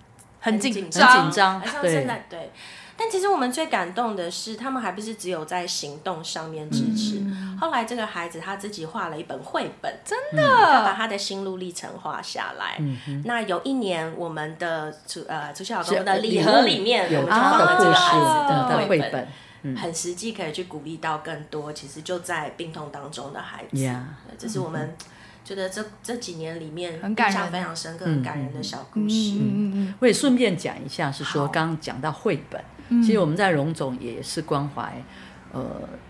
[SPEAKER 2] 很紧
[SPEAKER 3] 很
[SPEAKER 2] 张
[SPEAKER 3] 紧。张
[SPEAKER 4] 好像
[SPEAKER 3] 对
[SPEAKER 4] 现在对。但其实我们最感动的是，他们还不是只有在行动上面支持。
[SPEAKER 3] 嗯
[SPEAKER 4] 后来这个孩子他自己画了一本绘本，真的把他的心路历程画下来。
[SPEAKER 3] 嗯
[SPEAKER 4] 那有一年我们的除呃除夕老公的礼盒里面，我
[SPEAKER 3] 有
[SPEAKER 4] 们就
[SPEAKER 3] 他
[SPEAKER 4] 放
[SPEAKER 3] 的
[SPEAKER 4] 了
[SPEAKER 3] 故
[SPEAKER 4] 这个
[SPEAKER 3] 事
[SPEAKER 4] 孩
[SPEAKER 3] 的
[SPEAKER 4] 子
[SPEAKER 3] 的绘
[SPEAKER 4] 绘
[SPEAKER 3] 本，
[SPEAKER 4] 很实际可以去鼓励到更多其实就在病痛当中的孩子。
[SPEAKER 3] 呀，
[SPEAKER 4] 对这是我们觉得这这几年里面
[SPEAKER 2] 很感人
[SPEAKER 4] 印象非常深刻、
[SPEAKER 3] 嗯
[SPEAKER 4] 很感人的小故事。
[SPEAKER 2] 嗯嗯嗯，
[SPEAKER 3] 我也顺便讲一下，是说
[SPEAKER 4] 好
[SPEAKER 3] 刚刚讲到绘本，其实我们在荣总也是关怀呃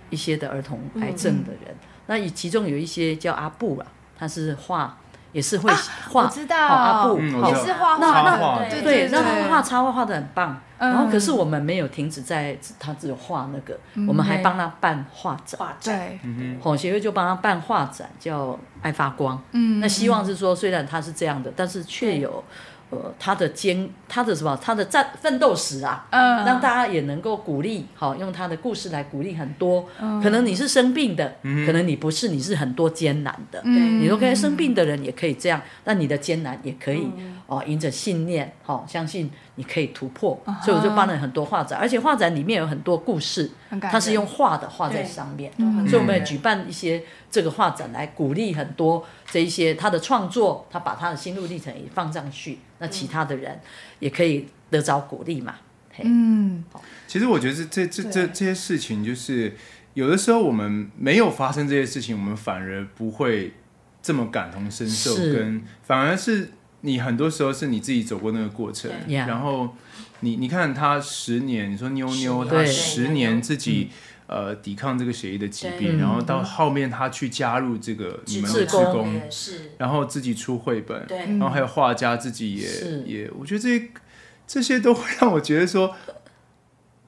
[SPEAKER 3] 一些的儿童癌症的人，那以其中有一些叫阿布啊，他是画也是会画，
[SPEAKER 2] 我知道
[SPEAKER 3] 好阿布
[SPEAKER 1] 嗯
[SPEAKER 3] 好
[SPEAKER 1] 我
[SPEAKER 2] 也
[SPEAKER 1] 知道
[SPEAKER 2] 是画
[SPEAKER 3] 那
[SPEAKER 2] 画
[SPEAKER 3] 那
[SPEAKER 1] 画
[SPEAKER 2] 对
[SPEAKER 3] 对，那
[SPEAKER 2] 让
[SPEAKER 3] 他画插画画的很棒，
[SPEAKER 2] 嗯
[SPEAKER 3] 然后可是我们没有停止在他只有画那个，我们还帮他办画展，
[SPEAKER 4] 画展，
[SPEAKER 2] 对，
[SPEAKER 1] 嗯
[SPEAKER 3] 红协会就帮他办画展，叫爱发光。
[SPEAKER 2] 嗯
[SPEAKER 3] 那希望是说，虽然他是这样的，但是却有呃他的坚，他的什么，他的战奋斗史啊，
[SPEAKER 2] 嗯
[SPEAKER 3] 让大家也能够鼓励，好、用他的故事来鼓励很多。
[SPEAKER 2] 嗯
[SPEAKER 3] 可能你是生病的，可能你不是，你是很多艰难的。
[SPEAKER 2] 嗯
[SPEAKER 3] 你都可以生病的人也可以这样，那你的艰难也可以、哦，迎着信念，哦，相信你可以突破。
[SPEAKER 2] 啊
[SPEAKER 3] 所以我就办了很多画展，而且画展里面有很多故事，
[SPEAKER 2] 很感人
[SPEAKER 3] 它是用画的画在上面，
[SPEAKER 4] 嗯
[SPEAKER 3] 所以我们也举办一些这个画展来鼓励很多这一些他的创作，他把他的心路历程也放上去，那其他的人也可以得着鼓励嘛。
[SPEAKER 2] 嗯，
[SPEAKER 1] 其实我觉得这这这这
[SPEAKER 2] 对
[SPEAKER 1] 这些事情，就是有的时候我们没有发生这些事情，我们反而不会这么感同身受，
[SPEAKER 3] 是
[SPEAKER 1] 跟反而是你很多时候是你自己走过那个过程，
[SPEAKER 3] 对 Yeah
[SPEAKER 1] 然后你你看他十年，你说妞妞
[SPEAKER 4] 十年
[SPEAKER 1] 她
[SPEAKER 3] 对嗯
[SPEAKER 1] 十年自己。呃，抵抗这个协议的疾病，
[SPEAKER 4] 对
[SPEAKER 1] 然后到后面他去加入这个你们的
[SPEAKER 3] 志
[SPEAKER 1] 志
[SPEAKER 3] 工
[SPEAKER 1] 工，
[SPEAKER 4] 也是，
[SPEAKER 1] 然后自己出绘本，
[SPEAKER 4] 对
[SPEAKER 2] 嗯
[SPEAKER 1] 然后还有画家自己也
[SPEAKER 3] 是
[SPEAKER 1] 也，我觉得这些这些都会让我觉得说，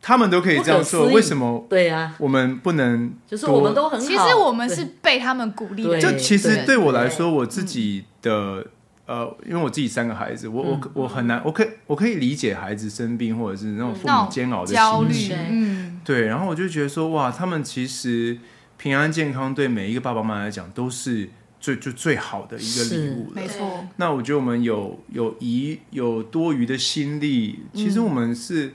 [SPEAKER 1] 他们都可以这样
[SPEAKER 3] 不
[SPEAKER 1] 做，
[SPEAKER 3] 可思议
[SPEAKER 1] 为什么
[SPEAKER 3] 对呀、
[SPEAKER 1] 我们不能多？
[SPEAKER 3] 就是我们都很好。
[SPEAKER 2] 其实我们
[SPEAKER 3] 对
[SPEAKER 2] 是被他们鼓励的
[SPEAKER 3] 对，
[SPEAKER 1] 就其实
[SPEAKER 3] 对
[SPEAKER 1] 对我来
[SPEAKER 4] 对
[SPEAKER 1] 说，我自己的呃，因为我自己三个孩子，我
[SPEAKER 3] 嗯
[SPEAKER 1] 我我很难，我可以我可以理解孩子生病或者是那种父
[SPEAKER 2] 嗯那
[SPEAKER 1] 母
[SPEAKER 2] 种
[SPEAKER 1] 煎熬的
[SPEAKER 2] 焦
[SPEAKER 1] 心
[SPEAKER 2] 虑
[SPEAKER 1] 情，，
[SPEAKER 2] 嗯，
[SPEAKER 1] 对，然后我就觉得说，哇，他们其实平安健康对每一个爸爸妈妈来讲都是最就最好的一个礼
[SPEAKER 3] 是
[SPEAKER 1] 物了
[SPEAKER 2] 没。错，
[SPEAKER 1] 那我觉得我们有有余有多余的心力，其
[SPEAKER 2] 嗯
[SPEAKER 1] 实我们是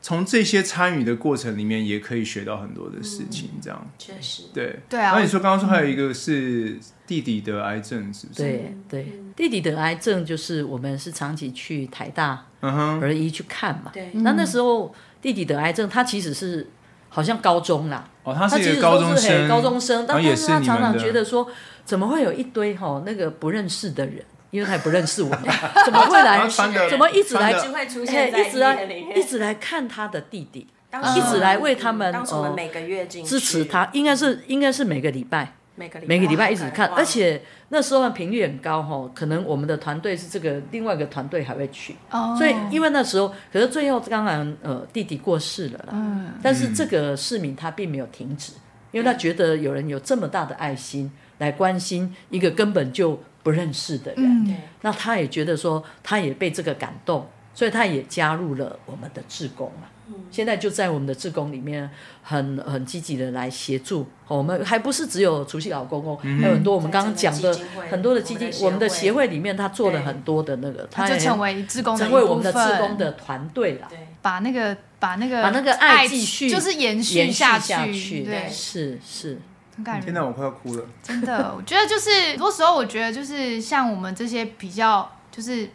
[SPEAKER 1] 从这些参与的过程里面，也可以学到很多的事情。这样，
[SPEAKER 4] 确实，
[SPEAKER 1] 对
[SPEAKER 2] 嗯对啊
[SPEAKER 1] 那你说刚刚说还有一个是弟弟得癌症，是不是？，
[SPEAKER 3] 对对，
[SPEAKER 4] 嗯
[SPEAKER 3] 弟弟得癌症就是我们是长期去台大
[SPEAKER 1] 嗯哼，
[SPEAKER 3] 儿医去看嘛。
[SPEAKER 4] 对
[SPEAKER 3] 那那时候弟弟得癌症，他其实是好像高中啦，
[SPEAKER 1] 哦，他
[SPEAKER 3] 他
[SPEAKER 1] 是
[SPEAKER 3] 其
[SPEAKER 1] 一
[SPEAKER 3] 实
[SPEAKER 1] 个高
[SPEAKER 3] 都
[SPEAKER 1] 中
[SPEAKER 3] 是
[SPEAKER 1] 生，
[SPEAKER 3] 很高中生，
[SPEAKER 1] 然后
[SPEAKER 3] 但
[SPEAKER 1] 也
[SPEAKER 3] 但是
[SPEAKER 1] 是
[SPEAKER 3] 他
[SPEAKER 1] 你
[SPEAKER 3] 常
[SPEAKER 1] 们
[SPEAKER 3] 常
[SPEAKER 1] 的，
[SPEAKER 3] 觉得说，怎么会有一堆哈、那个不认识的人，因为他也不认识
[SPEAKER 4] *laughs*
[SPEAKER 3] 我们，怎么会
[SPEAKER 1] 然
[SPEAKER 3] 来
[SPEAKER 1] 后？穿的
[SPEAKER 3] 怎么一直来
[SPEAKER 1] 穿的
[SPEAKER 4] 就会出
[SPEAKER 3] 嘿
[SPEAKER 4] 现在
[SPEAKER 3] 哎一直来
[SPEAKER 4] 医院里面
[SPEAKER 3] 一直来看他的弟弟，
[SPEAKER 4] 当时嗯
[SPEAKER 3] 一直来为他们
[SPEAKER 4] 当时我
[SPEAKER 3] 呃
[SPEAKER 4] 们每个月进去
[SPEAKER 3] 支持，他，应该是应该是每个礼拜。
[SPEAKER 4] 每个礼
[SPEAKER 3] 每个礼拜一直
[SPEAKER 4] 哇
[SPEAKER 3] 看，
[SPEAKER 4] 哇
[SPEAKER 3] 而且那时候的频率很高哈，可能我们的团队是这个，另外一个团队还会去，
[SPEAKER 2] 哦
[SPEAKER 3] 所以因为那时候，可是最后当然呃弟弟过世了啦，但是这个市民他并没有停止，因为他觉得有人有这么大的爱心来关心一个根本就不认识的人，
[SPEAKER 2] 嗯
[SPEAKER 4] 对，
[SPEAKER 3] 那他也觉得说，他也被这个感动，所以他也加入了我们的志工啊。现在就在我们的志工里面很很积极的来协助、哦我们，还不是只有除夕老公公，还有很多我们刚刚讲
[SPEAKER 4] 在
[SPEAKER 3] 的
[SPEAKER 4] 整个基金会
[SPEAKER 3] 很多的基金，我
[SPEAKER 4] 我
[SPEAKER 3] 们
[SPEAKER 4] 们
[SPEAKER 3] 的
[SPEAKER 4] 的
[SPEAKER 3] 协
[SPEAKER 4] 协
[SPEAKER 3] 会
[SPEAKER 4] 会
[SPEAKER 3] 里面，他做了
[SPEAKER 4] 对
[SPEAKER 3] 很多的那个，他
[SPEAKER 2] 他就
[SPEAKER 3] 也
[SPEAKER 2] 成为志工的一
[SPEAKER 3] 成为我们的
[SPEAKER 2] 部
[SPEAKER 3] 志
[SPEAKER 2] 分
[SPEAKER 3] 工的团队啦。
[SPEAKER 4] 对，
[SPEAKER 2] 把那个把那个
[SPEAKER 3] 把那个爱
[SPEAKER 2] 爱
[SPEAKER 3] 继续
[SPEAKER 2] 就是延续
[SPEAKER 3] 延
[SPEAKER 2] 下
[SPEAKER 3] 下去，
[SPEAKER 2] 对，
[SPEAKER 3] 是是，
[SPEAKER 2] 很
[SPEAKER 1] 嗯
[SPEAKER 2] 感
[SPEAKER 1] 天
[SPEAKER 2] 人。
[SPEAKER 1] 哪，我快要哭了。
[SPEAKER 2] 真的，我觉得就是很多时候，我觉得就是像我们这些比较就是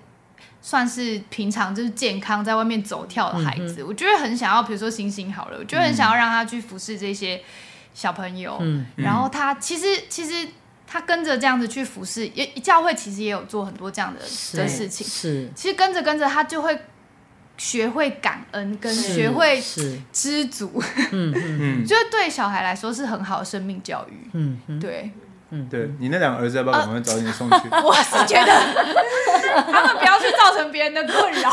[SPEAKER 2] 算是平常就是健康在外面走跳的孩
[SPEAKER 3] 嗯
[SPEAKER 2] 子，我觉得很想要，比如说星星好了，我就很想要让他去服侍这些小朋友，
[SPEAKER 3] 嗯
[SPEAKER 2] 然后他其实其实。他跟着这样子去服侍，也教会其实也有做很多这样的的事情。
[SPEAKER 3] 是
[SPEAKER 2] 其实跟着跟着，他就会学会感恩，跟
[SPEAKER 3] 是
[SPEAKER 2] 学会
[SPEAKER 3] 是
[SPEAKER 2] 知足，
[SPEAKER 1] 嗯，
[SPEAKER 2] *laughs* 就是对小孩来说是很好的生命教育。
[SPEAKER 3] 嗯嗯
[SPEAKER 2] 对，
[SPEAKER 1] 对你那两个儿子要不要赶快早点送去？
[SPEAKER 2] 啊 *laughs* 我是觉得他们不要去造成别人的困扰。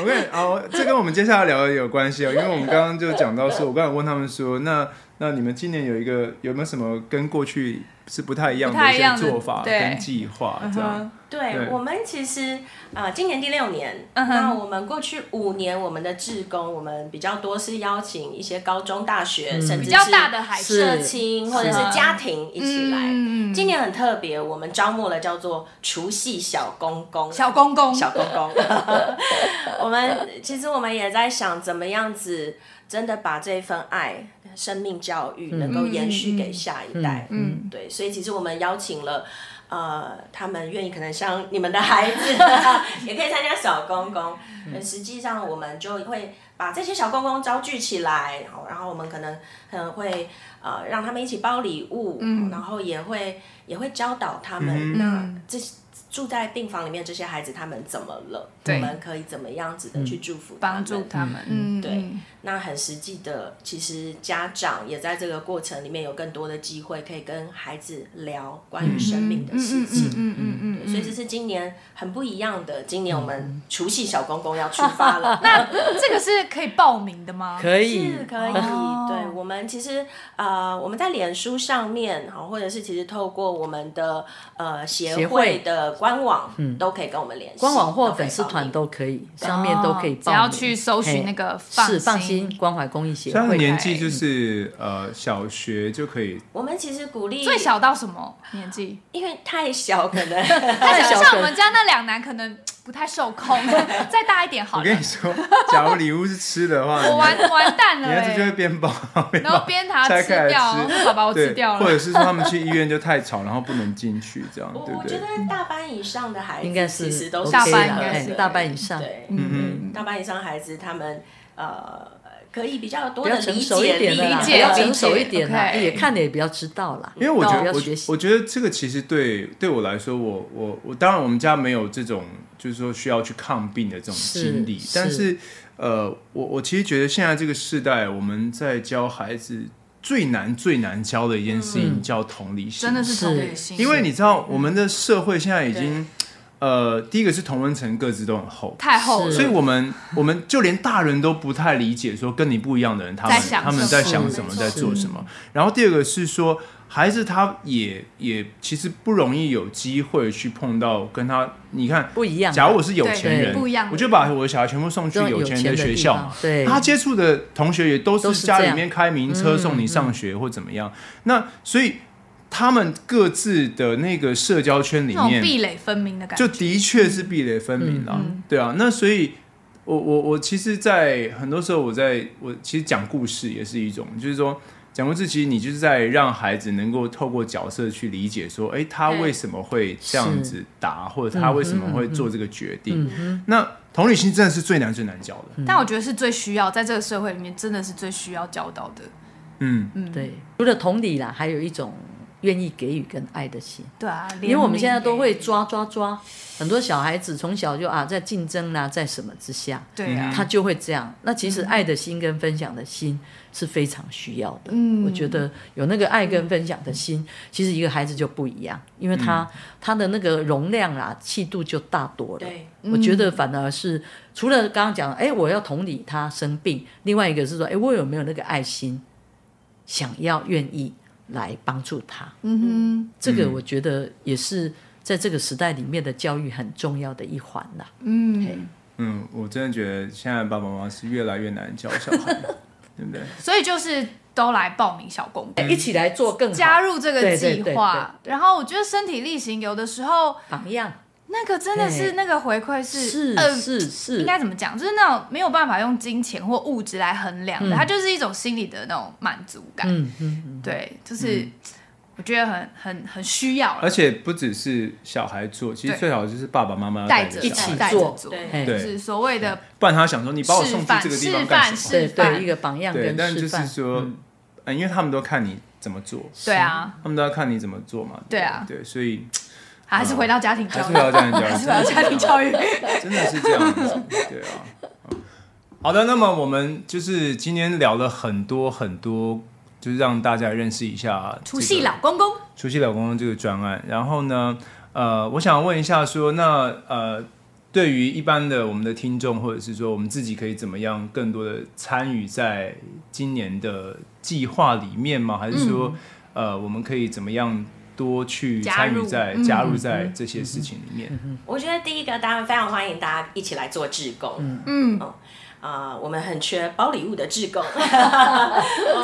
[SPEAKER 1] 我跟你哦，这跟我们接下来聊的有关系哦，因为我们刚刚就讲到说，我刚才问他们说，那那你们今年有一个有没有什么跟过去是不太一样
[SPEAKER 2] 不太
[SPEAKER 1] 的一
[SPEAKER 2] 一样
[SPEAKER 1] 些
[SPEAKER 2] 的
[SPEAKER 1] 做法
[SPEAKER 2] 对嗯
[SPEAKER 1] 跟计划这样？对
[SPEAKER 4] 对，我们其实啊、呃今年第六年，
[SPEAKER 2] 嗯哼
[SPEAKER 4] 那我们过去五年，我们的志工，我们比较多是邀请一些高中、大学，
[SPEAKER 3] 嗯
[SPEAKER 4] 甚至
[SPEAKER 2] 比
[SPEAKER 4] 是
[SPEAKER 2] 较大的孩子
[SPEAKER 4] 社
[SPEAKER 3] 是
[SPEAKER 4] 青或者是家庭一起来。
[SPEAKER 2] 嗯
[SPEAKER 4] 今年很特别，我们招募了叫做“除夕小公公”，
[SPEAKER 2] 小公公，
[SPEAKER 4] 小公公。 *laughs* 我们其实我们也在想，怎么样子真的把这份爱、生命教育能够延续给下一
[SPEAKER 3] 哎
[SPEAKER 4] 代。
[SPEAKER 2] 嗯嗯
[SPEAKER 4] 对，所以其实我们邀请了。呃，他们愿意可能像你们的孩子， *laughs* 也可以参加小公公。
[SPEAKER 2] 嗯
[SPEAKER 4] 呃实际上，我们就会把这些小公公招聚起来，然后然后我们可能可能会呃让他们一起包礼物，
[SPEAKER 2] 嗯
[SPEAKER 4] 然后也会也会教导他们。
[SPEAKER 1] 嗯
[SPEAKER 4] 那这些住在病房里面这些孩子他们怎么了？我
[SPEAKER 2] 对
[SPEAKER 4] 们可以怎么样子的去祝福他
[SPEAKER 2] 帮
[SPEAKER 4] 们
[SPEAKER 2] 助他们，嗯，对，
[SPEAKER 4] 那很实际的，其实家长也在这个过程里面有更多的机会可以跟孩子聊关于生命的事情。
[SPEAKER 2] 嗯嗯嗯嗯，
[SPEAKER 4] 所以这是今年很不一样的。今年我们除夕小公公要出发了，
[SPEAKER 2] *laughs* 那这个是可以报名的吗？
[SPEAKER 3] 可以
[SPEAKER 4] 是可以，
[SPEAKER 2] 哦
[SPEAKER 4] 对我们其实呃，我们在脸书上面，好，或者是其实透过我们的呃
[SPEAKER 3] 协会
[SPEAKER 4] 协会的官网，都可以跟我们联系。
[SPEAKER 3] 官网或
[SPEAKER 4] 都可以
[SPEAKER 3] 粉丝
[SPEAKER 4] 报
[SPEAKER 3] 团
[SPEAKER 4] 名
[SPEAKER 3] 都可以，上面都可以
[SPEAKER 2] 哦
[SPEAKER 3] 报
[SPEAKER 2] 只要
[SPEAKER 3] 名
[SPEAKER 2] 去搜
[SPEAKER 3] 嘿
[SPEAKER 2] 寻那个
[SPEAKER 3] 是放
[SPEAKER 2] 心
[SPEAKER 3] 心，关怀公益协
[SPEAKER 1] 他的
[SPEAKER 3] 会，
[SPEAKER 1] 年纪就是
[SPEAKER 2] 嗯
[SPEAKER 1] 呃小学就可以，
[SPEAKER 4] 我们其实鼓励
[SPEAKER 2] 最，小到什么年纪？
[SPEAKER 4] 因为太小可能
[SPEAKER 3] 太小
[SPEAKER 2] 像
[SPEAKER 3] 可
[SPEAKER 2] 我们
[SPEAKER 3] 能
[SPEAKER 2] 家那两男可能不太受控，再大一点好
[SPEAKER 1] 我跟
[SPEAKER 2] 了
[SPEAKER 1] 你。说，假如礼物是吃的话，
[SPEAKER 2] *laughs* 我
[SPEAKER 1] 你
[SPEAKER 2] 完完蛋
[SPEAKER 1] 你
[SPEAKER 2] 了
[SPEAKER 1] 儿子就会
[SPEAKER 2] 欸，
[SPEAKER 1] 边包边
[SPEAKER 2] 然后
[SPEAKER 1] 包
[SPEAKER 2] 边把它
[SPEAKER 1] 拆
[SPEAKER 2] 吃
[SPEAKER 1] 开来
[SPEAKER 2] 掉，
[SPEAKER 1] 吃
[SPEAKER 2] 好吧，我
[SPEAKER 1] 对，
[SPEAKER 2] 吃掉
[SPEAKER 1] 或
[SPEAKER 2] 了。
[SPEAKER 1] 者是说他们去医院就太吵，然后不能进去这样，
[SPEAKER 4] 我
[SPEAKER 1] 对
[SPEAKER 4] 我
[SPEAKER 1] 不
[SPEAKER 4] 觉
[SPEAKER 1] 对
[SPEAKER 4] 得？大班以上的孩子
[SPEAKER 3] 应该是
[SPEAKER 4] 其实都
[SPEAKER 3] OK
[SPEAKER 2] 大班
[SPEAKER 3] 啦
[SPEAKER 2] 应该
[SPEAKER 3] 嘿
[SPEAKER 2] 是
[SPEAKER 3] 大班以上，
[SPEAKER 4] 对，
[SPEAKER 1] 嗯
[SPEAKER 4] 大班以上孩子他们呃可以比较多
[SPEAKER 3] 比
[SPEAKER 4] 的
[SPEAKER 3] 较
[SPEAKER 4] 理
[SPEAKER 3] 成
[SPEAKER 4] 解
[SPEAKER 3] 熟一点
[SPEAKER 4] 力
[SPEAKER 3] 的啦，
[SPEAKER 2] 理
[SPEAKER 3] 比
[SPEAKER 2] 解
[SPEAKER 3] 较
[SPEAKER 2] 理
[SPEAKER 3] 成
[SPEAKER 2] 解
[SPEAKER 3] 熟一点啦，
[SPEAKER 2] OK
[SPEAKER 3] 也看的也比较知道啦。
[SPEAKER 1] 因为我觉
[SPEAKER 3] 比
[SPEAKER 1] 得
[SPEAKER 3] 较
[SPEAKER 1] 我
[SPEAKER 3] 学习
[SPEAKER 1] 我觉得这个其实对对我来说，我我我当然我们家没有这种就是说需要去抗病的这种
[SPEAKER 3] 是
[SPEAKER 1] 经历，但
[SPEAKER 3] 是
[SPEAKER 1] 是呃，我我其实觉得现在这个时代，我们在教孩子最难最难教的一
[SPEAKER 2] 嗯
[SPEAKER 1] 件事情叫同理心，
[SPEAKER 2] 真的是同
[SPEAKER 3] 是
[SPEAKER 2] 理心，
[SPEAKER 1] 因为你知道我们的社会现在已经。呃，第一个是同温层各自都很厚，
[SPEAKER 2] 太厚
[SPEAKER 3] 是
[SPEAKER 2] 了
[SPEAKER 1] 所以。我们我们就连大人都不太理解，说跟你不一样的人，他们
[SPEAKER 2] 在想
[SPEAKER 1] 他们
[SPEAKER 2] 什么
[SPEAKER 1] 在想什么，
[SPEAKER 4] 是
[SPEAKER 1] 在做什么。然后第二个是说，孩子他也也其实不容易有机会去碰到跟他，你看，
[SPEAKER 3] 不一样的。
[SPEAKER 1] 假如我是有钱
[SPEAKER 3] 对
[SPEAKER 1] 人，
[SPEAKER 2] 不一样的
[SPEAKER 1] 我就把我的小孩全部送去
[SPEAKER 3] 都
[SPEAKER 1] 有
[SPEAKER 3] 有
[SPEAKER 1] 钱
[SPEAKER 3] 钱
[SPEAKER 1] 人
[SPEAKER 3] 的
[SPEAKER 1] 学
[SPEAKER 3] 地
[SPEAKER 1] 校
[SPEAKER 3] 方
[SPEAKER 1] 嘛，
[SPEAKER 3] 对
[SPEAKER 1] 他接触的同学也都
[SPEAKER 3] 都
[SPEAKER 1] 是
[SPEAKER 3] 是
[SPEAKER 1] 家
[SPEAKER 3] 这
[SPEAKER 1] 里
[SPEAKER 3] 样
[SPEAKER 1] 面开名车送你上学或怎么
[SPEAKER 3] 嗯
[SPEAKER 1] 样。那所以他们各自的那个社交圈里
[SPEAKER 2] 那种
[SPEAKER 1] 面，
[SPEAKER 2] 壁垒分明的感觉
[SPEAKER 1] 就，的确是壁垒分明
[SPEAKER 3] 嗯
[SPEAKER 1] 啦，对啊。那所以我，我我其实，在很多时候，我在我其实讲故事也是一种，就是说讲故事，其实你就是在让孩子能够透过角色去理解，说，哎、他
[SPEAKER 2] 对
[SPEAKER 1] 为什么会这样子答，或者他为什么会做这个决定。
[SPEAKER 3] 嗯哼，
[SPEAKER 1] 那同理心真的是最难最难教
[SPEAKER 3] 嗯
[SPEAKER 1] 的，
[SPEAKER 2] 但我觉得是最需要在这个社会里面，真的是最需要教导的。
[SPEAKER 1] 嗯，
[SPEAKER 3] 对，除了同理啦，还有一种愿意给予跟爱的心。
[SPEAKER 2] 对啊，欸
[SPEAKER 3] 因为我们现在都会，抓抓抓，很多小孩子从小就啊在竞争啦、在什么之下，
[SPEAKER 2] 对啊，
[SPEAKER 3] 他就会这样。那其实爱的心跟分享的心是非常需要的。
[SPEAKER 2] 嗯
[SPEAKER 3] 我觉得有那个爱跟分享的心，其实一个孩子就不一样，因为他、他的那个容量啦、气度就大多了。
[SPEAKER 4] 对，
[SPEAKER 3] 我觉
[SPEAKER 2] 嗯
[SPEAKER 3] 得反而是除了刚刚讲，哎，我要同理他生病，另外一个是说，哎，我有没有那个爱心，想要愿意来帮助他。
[SPEAKER 2] 嗯
[SPEAKER 3] 这个我觉得也是在这个时代里面的教育很重要的一环啦。
[SPEAKER 2] 哼，嗯，
[SPEAKER 1] 嗯，我真的觉得现在爸爸妈妈是越来越难教小孩，对
[SPEAKER 2] *laughs*
[SPEAKER 1] 不对？
[SPEAKER 2] 所以就是都来报名小公
[SPEAKER 3] 一起来做更好
[SPEAKER 2] 加入这个
[SPEAKER 3] 对对
[SPEAKER 2] 计
[SPEAKER 3] 对
[SPEAKER 2] 划，然后我觉得身体力行，有的时候
[SPEAKER 3] 榜样，
[SPEAKER 2] 那个真的是
[SPEAKER 3] 对
[SPEAKER 2] 那个回馈是
[SPEAKER 3] 是
[SPEAKER 2] 呃
[SPEAKER 3] 是是，
[SPEAKER 2] 应该怎么讲？就是那种没有办法用金钱或物质来衡量的，它就是一种心理的那种满足感。
[SPEAKER 3] 嗯嗯嗯，
[SPEAKER 2] 对，就是我觉得很很很需要啦，
[SPEAKER 1] 而且不只是小孩做，其实
[SPEAKER 2] 对
[SPEAKER 1] 最好就是爸爸妈妈要
[SPEAKER 2] 带
[SPEAKER 1] 着小
[SPEAKER 2] 着
[SPEAKER 1] 孩
[SPEAKER 3] 一起
[SPEAKER 2] 带着
[SPEAKER 3] 做
[SPEAKER 2] 做，
[SPEAKER 4] 对
[SPEAKER 2] 就
[SPEAKER 1] 对
[SPEAKER 2] 是所谓的
[SPEAKER 1] 不然他想说你把我送去这个地方干
[SPEAKER 2] 示
[SPEAKER 1] 什么？
[SPEAKER 2] 范
[SPEAKER 3] 对
[SPEAKER 2] 示范
[SPEAKER 3] 对，一个榜样
[SPEAKER 1] 对，
[SPEAKER 3] 跟
[SPEAKER 1] 但就
[SPEAKER 3] 示
[SPEAKER 1] 是
[SPEAKER 3] 范。
[SPEAKER 1] 说，嗯、因为他们都看你怎么做，
[SPEAKER 2] 对啊，
[SPEAKER 1] 他们都要看你怎么做嘛。
[SPEAKER 2] 对
[SPEAKER 1] 不
[SPEAKER 2] 啊
[SPEAKER 1] 对，所
[SPEAKER 2] *laughs*
[SPEAKER 1] 以
[SPEAKER 2] 还
[SPEAKER 3] 嗯
[SPEAKER 2] 是回到家庭
[SPEAKER 1] 还
[SPEAKER 2] 教
[SPEAKER 1] 是
[SPEAKER 2] 育，
[SPEAKER 1] 要这样教，
[SPEAKER 2] 还是回到家庭教育。
[SPEAKER 1] 真的是这样子，对啊。嗯好的，那么我们就是今天聊了很多很多，就是让大家认识一下
[SPEAKER 2] 除
[SPEAKER 1] 这
[SPEAKER 2] 夕
[SPEAKER 1] 个
[SPEAKER 2] 老公公，
[SPEAKER 1] 除夕老公公这个专案。然后呢，呃，我想问一下说，那呃，对于一般的我们的听众，或者是说我们自己可以怎么样更多的参与在今年的计划里面吗？还是
[SPEAKER 2] 嗯
[SPEAKER 1] 说，呃，我们可以怎么样多去参与在
[SPEAKER 2] 加入嗯
[SPEAKER 1] 加入在这些事情里面？
[SPEAKER 4] 我觉得第一个当然非常欢迎大家一起来做志工，
[SPEAKER 2] 嗯，
[SPEAKER 4] 啊、我们很缺包礼物的志
[SPEAKER 3] *laughs*
[SPEAKER 4] 工，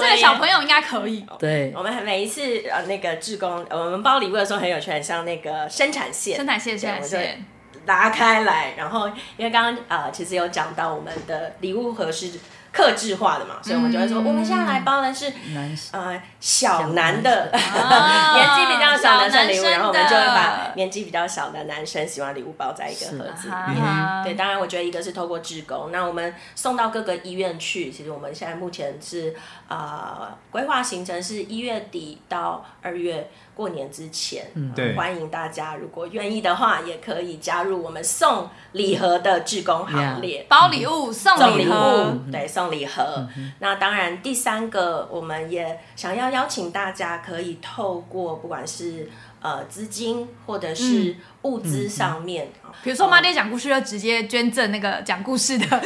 [SPEAKER 2] 这个小朋友应该可以。
[SPEAKER 3] 对
[SPEAKER 4] 我，们每一次呃那个志工，呃我们包礼物的时候很有趣，很像那个生产线
[SPEAKER 2] 生产线，生产线，
[SPEAKER 4] 拉开来，然后因为刚刚呃其实有讲到我们的礼物盒是克制化的嘛，所以我们就会
[SPEAKER 2] 嗯
[SPEAKER 4] 说、我们现在来包的是
[SPEAKER 3] 男
[SPEAKER 1] 哦
[SPEAKER 4] 呃小男的。
[SPEAKER 2] 啊
[SPEAKER 4] *laughs* 年纪比较小的男生礼物，
[SPEAKER 2] 哦小男
[SPEAKER 4] 然后我们就会把
[SPEAKER 2] 的
[SPEAKER 4] 年纪比较小的男生喜欢礼物包在一个盒子里面。
[SPEAKER 2] 啊
[SPEAKER 4] 对，嗯当然我觉得一个是透过志工，那我们送到各个医院去。其实我们现在目前是呃规划行程是一月底到二月过年之前，嗯
[SPEAKER 1] 对
[SPEAKER 4] 欢迎大家如果愿意的话，也可以加入我们送礼盒的志工行列。
[SPEAKER 2] 包礼物送
[SPEAKER 4] 送
[SPEAKER 2] 礼
[SPEAKER 4] 礼
[SPEAKER 2] 盒，嗯
[SPEAKER 4] 物，对，送礼盒。那当然，第三个我们也想要邀请大家，可以透过不管是呃资金或者
[SPEAKER 2] 嗯
[SPEAKER 4] 是物资上面，
[SPEAKER 2] 比如说妈爹讲故事，就直接捐赠那个讲故事的 *laughs*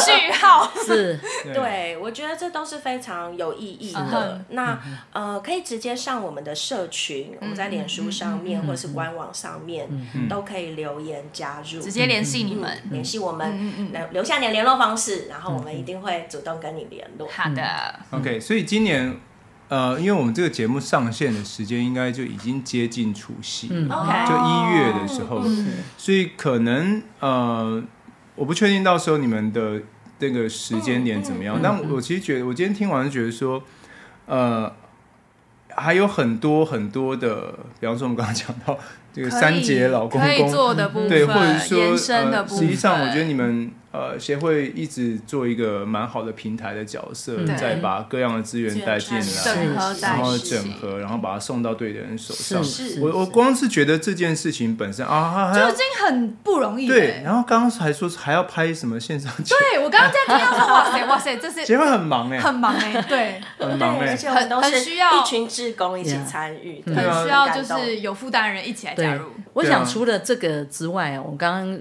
[SPEAKER 2] 序号。
[SPEAKER 3] 是
[SPEAKER 4] 对，我觉得这都是非常有意义
[SPEAKER 2] 是
[SPEAKER 4] 的
[SPEAKER 1] 嗯
[SPEAKER 2] 的。
[SPEAKER 4] 那呃，可以直接上我们的社群，我们在脸书
[SPEAKER 2] 嗯
[SPEAKER 4] 上面或者是官网上面
[SPEAKER 1] 嗯
[SPEAKER 4] 都可以留言加入，直
[SPEAKER 2] 直接联系你们。
[SPEAKER 3] 嗯
[SPEAKER 2] 嗯
[SPEAKER 4] 联系我们，留留下你的联络方式，然后我
[SPEAKER 1] 嗯
[SPEAKER 4] 们一定会主动跟你联络。
[SPEAKER 2] 好的，
[SPEAKER 1] OK，所以今年，呃，因为我们这个节目上线的时间应该就已经接近除夕了，
[SPEAKER 4] OK，
[SPEAKER 1] 就
[SPEAKER 2] 哦
[SPEAKER 1] 一月的时候，
[SPEAKER 2] 嗯
[SPEAKER 1] 所以可能呃，我不确定到时候你们的那个时间点怎么
[SPEAKER 2] 嗯
[SPEAKER 1] 样，但我其实觉得，我今天听完就觉得说，呃，还有很多很多的，比方说我们刚刚讲到这个
[SPEAKER 2] 可以
[SPEAKER 1] 三节老公
[SPEAKER 2] 可以
[SPEAKER 1] 公，
[SPEAKER 2] 做的部分，
[SPEAKER 1] 对，或者是
[SPEAKER 2] 延
[SPEAKER 1] 说
[SPEAKER 2] 伸的
[SPEAKER 1] 呃，
[SPEAKER 2] 部
[SPEAKER 1] 实
[SPEAKER 2] 分。
[SPEAKER 1] 际上我觉得你们呃呃协会一直做一个蛮好的平台的角色，
[SPEAKER 2] 对
[SPEAKER 1] 再把各样的资源带进
[SPEAKER 4] 资
[SPEAKER 1] 来，
[SPEAKER 3] 源
[SPEAKER 2] 整合
[SPEAKER 3] 是
[SPEAKER 1] 然
[SPEAKER 2] 在
[SPEAKER 1] 后
[SPEAKER 2] 一
[SPEAKER 1] 整
[SPEAKER 2] 起。
[SPEAKER 1] 合，然后把它送到对的人手上
[SPEAKER 3] 是。
[SPEAKER 4] 是
[SPEAKER 3] 是，
[SPEAKER 1] 我我
[SPEAKER 3] 是
[SPEAKER 1] 光是觉得这件事情本身啊，还还
[SPEAKER 2] 就
[SPEAKER 1] 要
[SPEAKER 2] 已经很不容易了、
[SPEAKER 1] 对，然后刚刚还说还要拍什么线上节 *laughs* 目，
[SPEAKER 2] 对我刚刚在听到说，哇塞哇塞，这是
[SPEAKER 1] 协会很忙哎，
[SPEAKER 2] 很忙哎、对，
[SPEAKER 1] 很忙
[SPEAKER 4] 对，而
[SPEAKER 1] 哎，
[SPEAKER 4] 且我们都
[SPEAKER 2] 很
[SPEAKER 4] 是
[SPEAKER 2] 很需要
[SPEAKER 4] 一群志工一起参与的，
[SPEAKER 1] 对啊
[SPEAKER 2] 很需
[SPEAKER 4] 很
[SPEAKER 2] 要
[SPEAKER 4] 感
[SPEAKER 2] 就
[SPEAKER 4] 动
[SPEAKER 2] 是有负担的人一起来加
[SPEAKER 3] 对
[SPEAKER 2] 入。，
[SPEAKER 3] 我
[SPEAKER 1] 对啊嗯
[SPEAKER 3] 想除了这个之外啊，我刚刚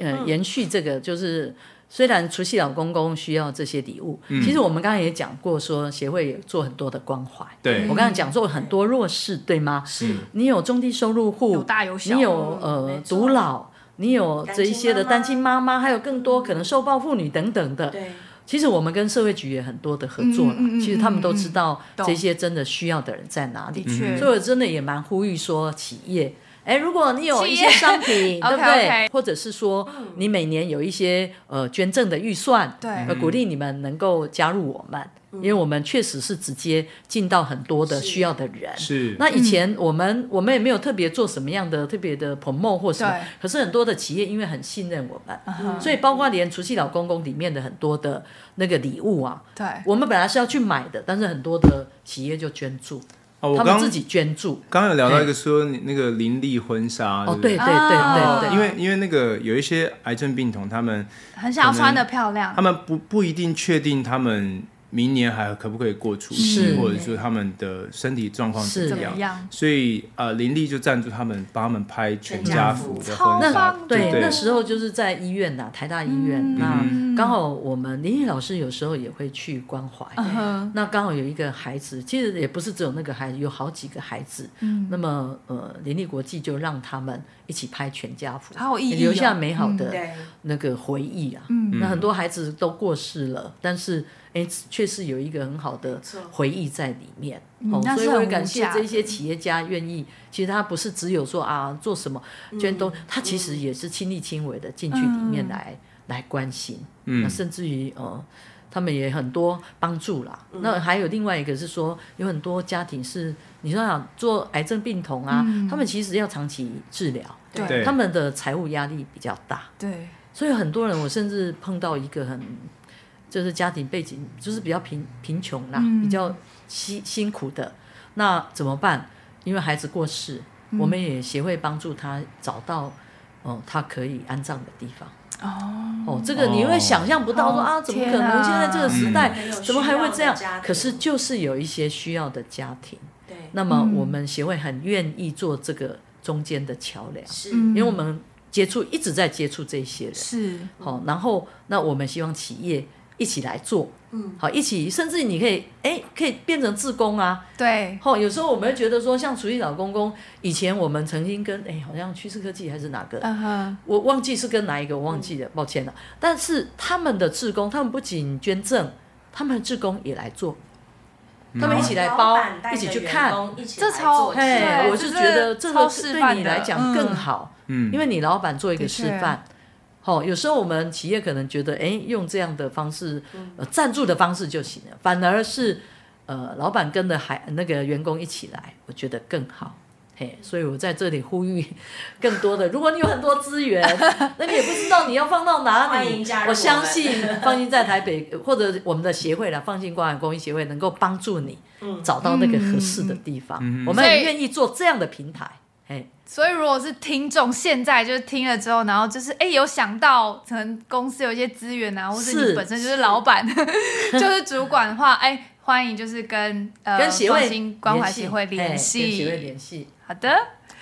[SPEAKER 3] 呃、延续这个，就是虽然除夕老公公需要这些礼物，
[SPEAKER 1] 嗯
[SPEAKER 3] 其实我们刚刚也讲过说协会也做很多的关怀。
[SPEAKER 1] 对
[SPEAKER 3] 我刚刚讲做很多弱势，对吗？
[SPEAKER 1] 是
[SPEAKER 3] 你有中低收入户，
[SPEAKER 2] 有大有小嗯
[SPEAKER 3] 你有
[SPEAKER 4] 没
[SPEAKER 3] 呃
[SPEAKER 4] 错
[SPEAKER 3] 独老，你有
[SPEAKER 4] 单
[SPEAKER 3] 这一
[SPEAKER 4] 亲
[SPEAKER 3] 些的
[SPEAKER 4] 妈
[SPEAKER 3] 单
[SPEAKER 4] 妈
[SPEAKER 3] 亲妈妈，还有更多可能受暴妇女等等的。
[SPEAKER 4] 对，
[SPEAKER 3] 其实我们跟社会局也很多的合作了，
[SPEAKER 2] 嗯嗯嗯嗯
[SPEAKER 3] 其实他们都知道
[SPEAKER 2] 懂
[SPEAKER 3] 这些真的需要的人在哪里，
[SPEAKER 2] 的确
[SPEAKER 3] 所以我真的也蛮呼吁说企业。哎，如果你有一
[SPEAKER 2] 企业
[SPEAKER 3] 些
[SPEAKER 2] *laughs*
[SPEAKER 3] 商品，对不
[SPEAKER 2] OK，OK
[SPEAKER 3] 对？或者是说你每年有一些呃捐赠的预算，
[SPEAKER 2] 对嗯
[SPEAKER 3] 呃，鼓励你们能够加入我们，因为我们确实是直接进到很多的
[SPEAKER 4] 是
[SPEAKER 3] 需要的人。
[SPEAKER 1] 是，
[SPEAKER 3] 那以前我们、我们也没有特别做什么样的特别的 promo 或什么
[SPEAKER 2] 对，
[SPEAKER 3] 可是很多的企业因为很信任我们，
[SPEAKER 2] 嗯
[SPEAKER 3] 所以包括连除夕老公公里面的很多的那个礼物啊，
[SPEAKER 2] 对，
[SPEAKER 3] 我们本来是要去买的，但是很多的企业就捐助，
[SPEAKER 1] 哦，我
[SPEAKER 3] 他们
[SPEAKER 1] 刚
[SPEAKER 3] 自己捐助。
[SPEAKER 1] 刚刚有聊到一个说你那个林立婚纱，
[SPEAKER 3] 哦，
[SPEAKER 1] 不
[SPEAKER 3] 对对对
[SPEAKER 2] 啊
[SPEAKER 3] 对
[SPEAKER 1] 哦
[SPEAKER 3] 对，
[SPEAKER 1] 因为因为那个有一些癌症病童，他们
[SPEAKER 2] 很想要穿的漂亮
[SPEAKER 1] 他。们不不一定确定他们明年还可不可以过除夕，
[SPEAKER 3] 是
[SPEAKER 1] 或者说他们的身体状况怎么
[SPEAKER 3] 是
[SPEAKER 2] 怎么样
[SPEAKER 1] 样，所以呃，林立就赞助他们，帮他们拍全家福的
[SPEAKER 2] 超
[SPEAKER 1] 婚纱
[SPEAKER 2] 棒的，
[SPEAKER 1] 对
[SPEAKER 3] 对，那时候就是在医院呐，台大医
[SPEAKER 2] 嗯
[SPEAKER 1] 嗯
[SPEAKER 3] 院，那刚好我们林毅老师有时候也会去关怀，
[SPEAKER 2] 嗯哼，
[SPEAKER 3] 那刚好有一个孩子，其实也不是只有那个孩子，有好几个孩子。
[SPEAKER 2] 嗯
[SPEAKER 3] 那么呃，联立国际就让他们一起拍全家福，
[SPEAKER 2] 好有意义哦
[SPEAKER 3] 留下美好的
[SPEAKER 4] 对，
[SPEAKER 3] 那个回忆啊。
[SPEAKER 2] 嗯
[SPEAKER 3] 那很
[SPEAKER 1] 嗯
[SPEAKER 3] 多孩子都过世了，但是哎，确实有一个很好的
[SPEAKER 4] 错
[SPEAKER 3] 回忆在里面。
[SPEAKER 2] 嗯
[SPEAKER 3] 哦
[SPEAKER 2] 那，
[SPEAKER 3] 所
[SPEAKER 2] 是
[SPEAKER 3] 以我也
[SPEAKER 2] 很
[SPEAKER 3] 感
[SPEAKER 2] 无
[SPEAKER 3] 谢
[SPEAKER 2] 价
[SPEAKER 3] 这些企业家愿意，其实他不是只有说啊做什么捐东，他其实也是亲力亲为的进去里面
[SPEAKER 2] 嗯
[SPEAKER 3] 来、来关心。那
[SPEAKER 1] 嗯，
[SPEAKER 3] 甚至于呃，他们也很多帮助啦。
[SPEAKER 2] 嗯
[SPEAKER 3] 那还有另外一个是说，有很多家庭是你说想做癌症病童啊，他们其实要长期治疗，
[SPEAKER 2] 嗯对
[SPEAKER 1] 对
[SPEAKER 3] 他们的财务压力比较大，
[SPEAKER 2] 对，
[SPEAKER 3] 所以很多人我甚至碰到一个很就是家庭背景就是比较贫贫穷啦，
[SPEAKER 2] 嗯
[SPEAKER 3] 比较辛辛苦的，那怎么办？因为孩子过世，
[SPEAKER 2] 嗯
[SPEAKER 3] 我们也协会帮助他找到哦、他可以安葬的地方。
[SPEAKER 2] 哦，
[SPEAKER 3] 哦，这个你会想象不到说、
[SPEAKER 2] 哦
[SPEAKER 3] 啊，怎么可
[SPEAKER 2] 天
[SPEAKER 3] 能
[SPEAKER 2] 啊
[SPEAKER 3] 现在这个时代、
[SPEAKER 4] 嗯
[SPEAKER 3] 怎么还会这样
[SPEAKER 4] 很有需要的家？庭
[SPEAKER 3] 可是就是有一些需要的家庭，
[SPEAKER 2] 嗯
[SPEAKER 4] 对，
[SPEAKER 3] 那么我们协会很愿意做这个中间的桥梁，
[SPEAKER 4] 是，
[SPEAKER 2] 嗯
[SPEAKER 3] 因为我们接触一直在接触这些人，
[SPEAKER 2] 是
[SPEAKER 3] 好、然后那我们希望企业一起来做，
[SPEAKER 4] 嗯，
[SPEAKER 3] 好，一起甚至你可以哎可以变成志工啊，
[SPEAKER 2] 对，
[SPEAKER 3] 哦，有时候我们会觉得说像厨艺老公公，以前我们曾经跟哎好像趋势科技还是哪个，
[SPEAKER 2] 嗯哼，
[SPEAKER 3] 我忘记是跟哪一个，我忘记了，抱歉了。啊但是他们的志工，他们不仅捐赠，他们的志工也来做，
[SPEAKER 4] 嗯
[SPEAKER 3] 他们一起来
[SPEAKER 4] 老
[SPEAKER 3] 包
[SPEAKER 4] 板，带
[SPEAKER 3] 一起
[SPEAKER 4] 着
[SPEAKER 3] 去
[SPEAKER 4] 员
[SPEAKER 3] 看。
[SPEAKER 4] 工，一哦啊起
[SPEAKER 2] 这
[SPEAKER 4] 来
[SPEAKER 2] 超
[SPEAKER 4] 做
[SPEAKER 2] 对
[SPEAKER 3] 嘿，我
[SPEAKER 2] 这
[SPEAKER 3] 就是觉得这
[SPEAKER 2] 超
[SPEAKER 3] 个
[SPEAKER 2] 示
[SPEAKER 3] 对
[SPEAKER 2] 范
[SPEAKER 3] 你
[SPEAKER 2] 的
[SPEAKER 3] 来讲更
[SPEAKER 2] 嗯
[SPEAKER 3] 好，
[SPEAKER 1] 嗯
[SPEAKER 3] 因为你老板做一个示
[SPEAKER 2] 的确
[SPEAKER 4] 啊
[SPEAKER 3] 范。好、有时候我们企业可能觉得，哎，用这样的方式，
[SPEAKER 4] 嗯
[SPEAKER 3] 呃，赞助的方式就行了，反而是，呃，老板跟着还那个员工一起来，我觉得更好。嘿，所以我在这里呼吁更多的，如果你有很多资源， *laughs* 那你也不知道你要放到哪
[SPEAKER 4] 欢迎
[SPEAKER 3] 里
[SPEAKER 4] 加入，我
[SPEAKER 3] 我
[SPEAKER 4] 们
[SPEAKER 3] 相信放心在台北呃或者我们的协会啦，放心关爱公益协会能够帮助你
[SPEAKER 4] 嗯
[SPEAKER 3] 找到那个合适的地方，我
[SPEAKER 2] 所
[SPEAKER 3] 们
[SPEAKER 2] 以
[SPEAKER 3] 很愿意做这样的平台。嘿，
[SPEAKER 2] 所以如果是听众现在就是听了之后，然后就是哎、有想到可能公司有一些资源啊，或者
[SPEAKER 3] 是
[SPEAKER 2] 你本身就是老
[SPEAKER 3] *laughs*
[SPEAKER 2] 板，就是主管的话，哎、欢迎就是跟呃
[SPEAKER 3] 跟协
[SPEAKER 2] 创
[SPEAKER 3] 会
[SPEAKER 2] 新关怀协会
[SPEAKER 3] 嘿
[SPEAKER 2] 联
[SPEAKER 3] 跟协会
[SPEAKER 2] 系。
[SPEAKER 3] 联系。
[SPEAKER 2] 好的，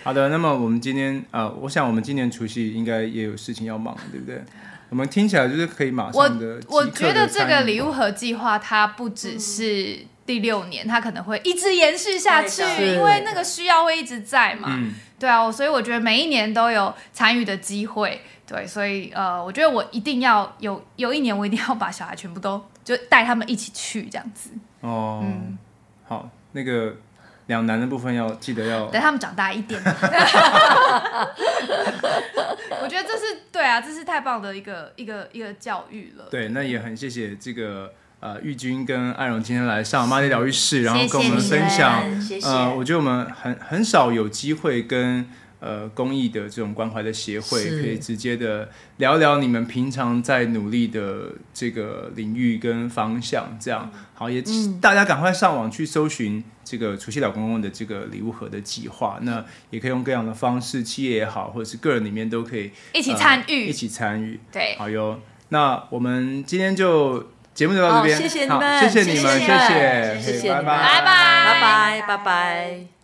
[SPEAKER 1] 好的，那么我们今天呃，我想我们今年除夕应该也有事情要忙，对不对？我们听起来就是可以马
[SPEAKER 2] 我
[SPEAKER 1] 上的，
[SPEAKER 2] 我觉得这个礼
[SPEAKER 1] 物
[SPEAKER 2] 物盒计划它不只
[SPEAKER 1] 嗯
[SPEAKER 2] 是第六年，它可能会一直延续下去，
[SPEAKER 4] 对
[SPEAKER 3] 的
[SPEAKER 2] 因为那个需要会一直在嘛。
[SPEAKER 1] 嗯
[SPEAKER 2] 对啊，我所以我觉得每一年都有参与的机会。对，所以呃，我觉得我一定要有有一年，我一定要把小孩全部都就带他们一起去这样子，
[SPEAKER 1] 哦，
[SPEAKER 2] 嗯
[SPEAKER 1] 好，那个两难的部分要记得要
[SPEAKER 2] 等他们长大一点。 *laughs* 我觉得这是对啊，这是太棒的一个一个一个教育了。
[SPEAKER 1] 对，那也很谢谢这个呃玉君跟艾荣今天来上妈的疗愈室，然后跟我们
[SPEAKER 2] 谢谢
[SPEAKER 1] 分
[SPEAKER 2] 你们
[SPEAKER 1] 享。
[SPEAKER 4] 嗯谢谢，
[SPEAKER 1] 呃，我觉得我们很很少有机会跟呃公益的这种关怀的协会，
[SPEAKER 3] 是
[SPEAKER 1] 可以直接的聊聊你们平常在努力的这个领域跟方向，这样
[SPEAKER 3] 嗯
[SPEAKER 1] 好也、大家赶快上网去搜寻这个除夕老公公的这个礼物盒的计划，那也可以用各样的方式，企业也好，或者是个人里面都可以
[SPEAKER 2] 一起
[SPEAKER 1] 呃
[SPEAKER 2] 参与
[SPEAKER 1] 一起参与，
[SPEAKER 3] 哎
[SPEAKER 2] 对
[SPEAKER 1] 好哟。那我们今天就节目就到这边，
[SPEAKER 3] 哦好谢谢你
[SPEAKER 1] 好
[SPEAKER 3] 们
[SPEAKER 1] 谢谢你们，谢
[SPEAKER 3] 谢谢你们
[SPEAKER 1] 谢，
[SPEAKER 3] 谢谢你们
[SPEAKER 1] 拜
[SPEAKER 2] 拜拜
[SPEAKER 3] 拜拜拜拜。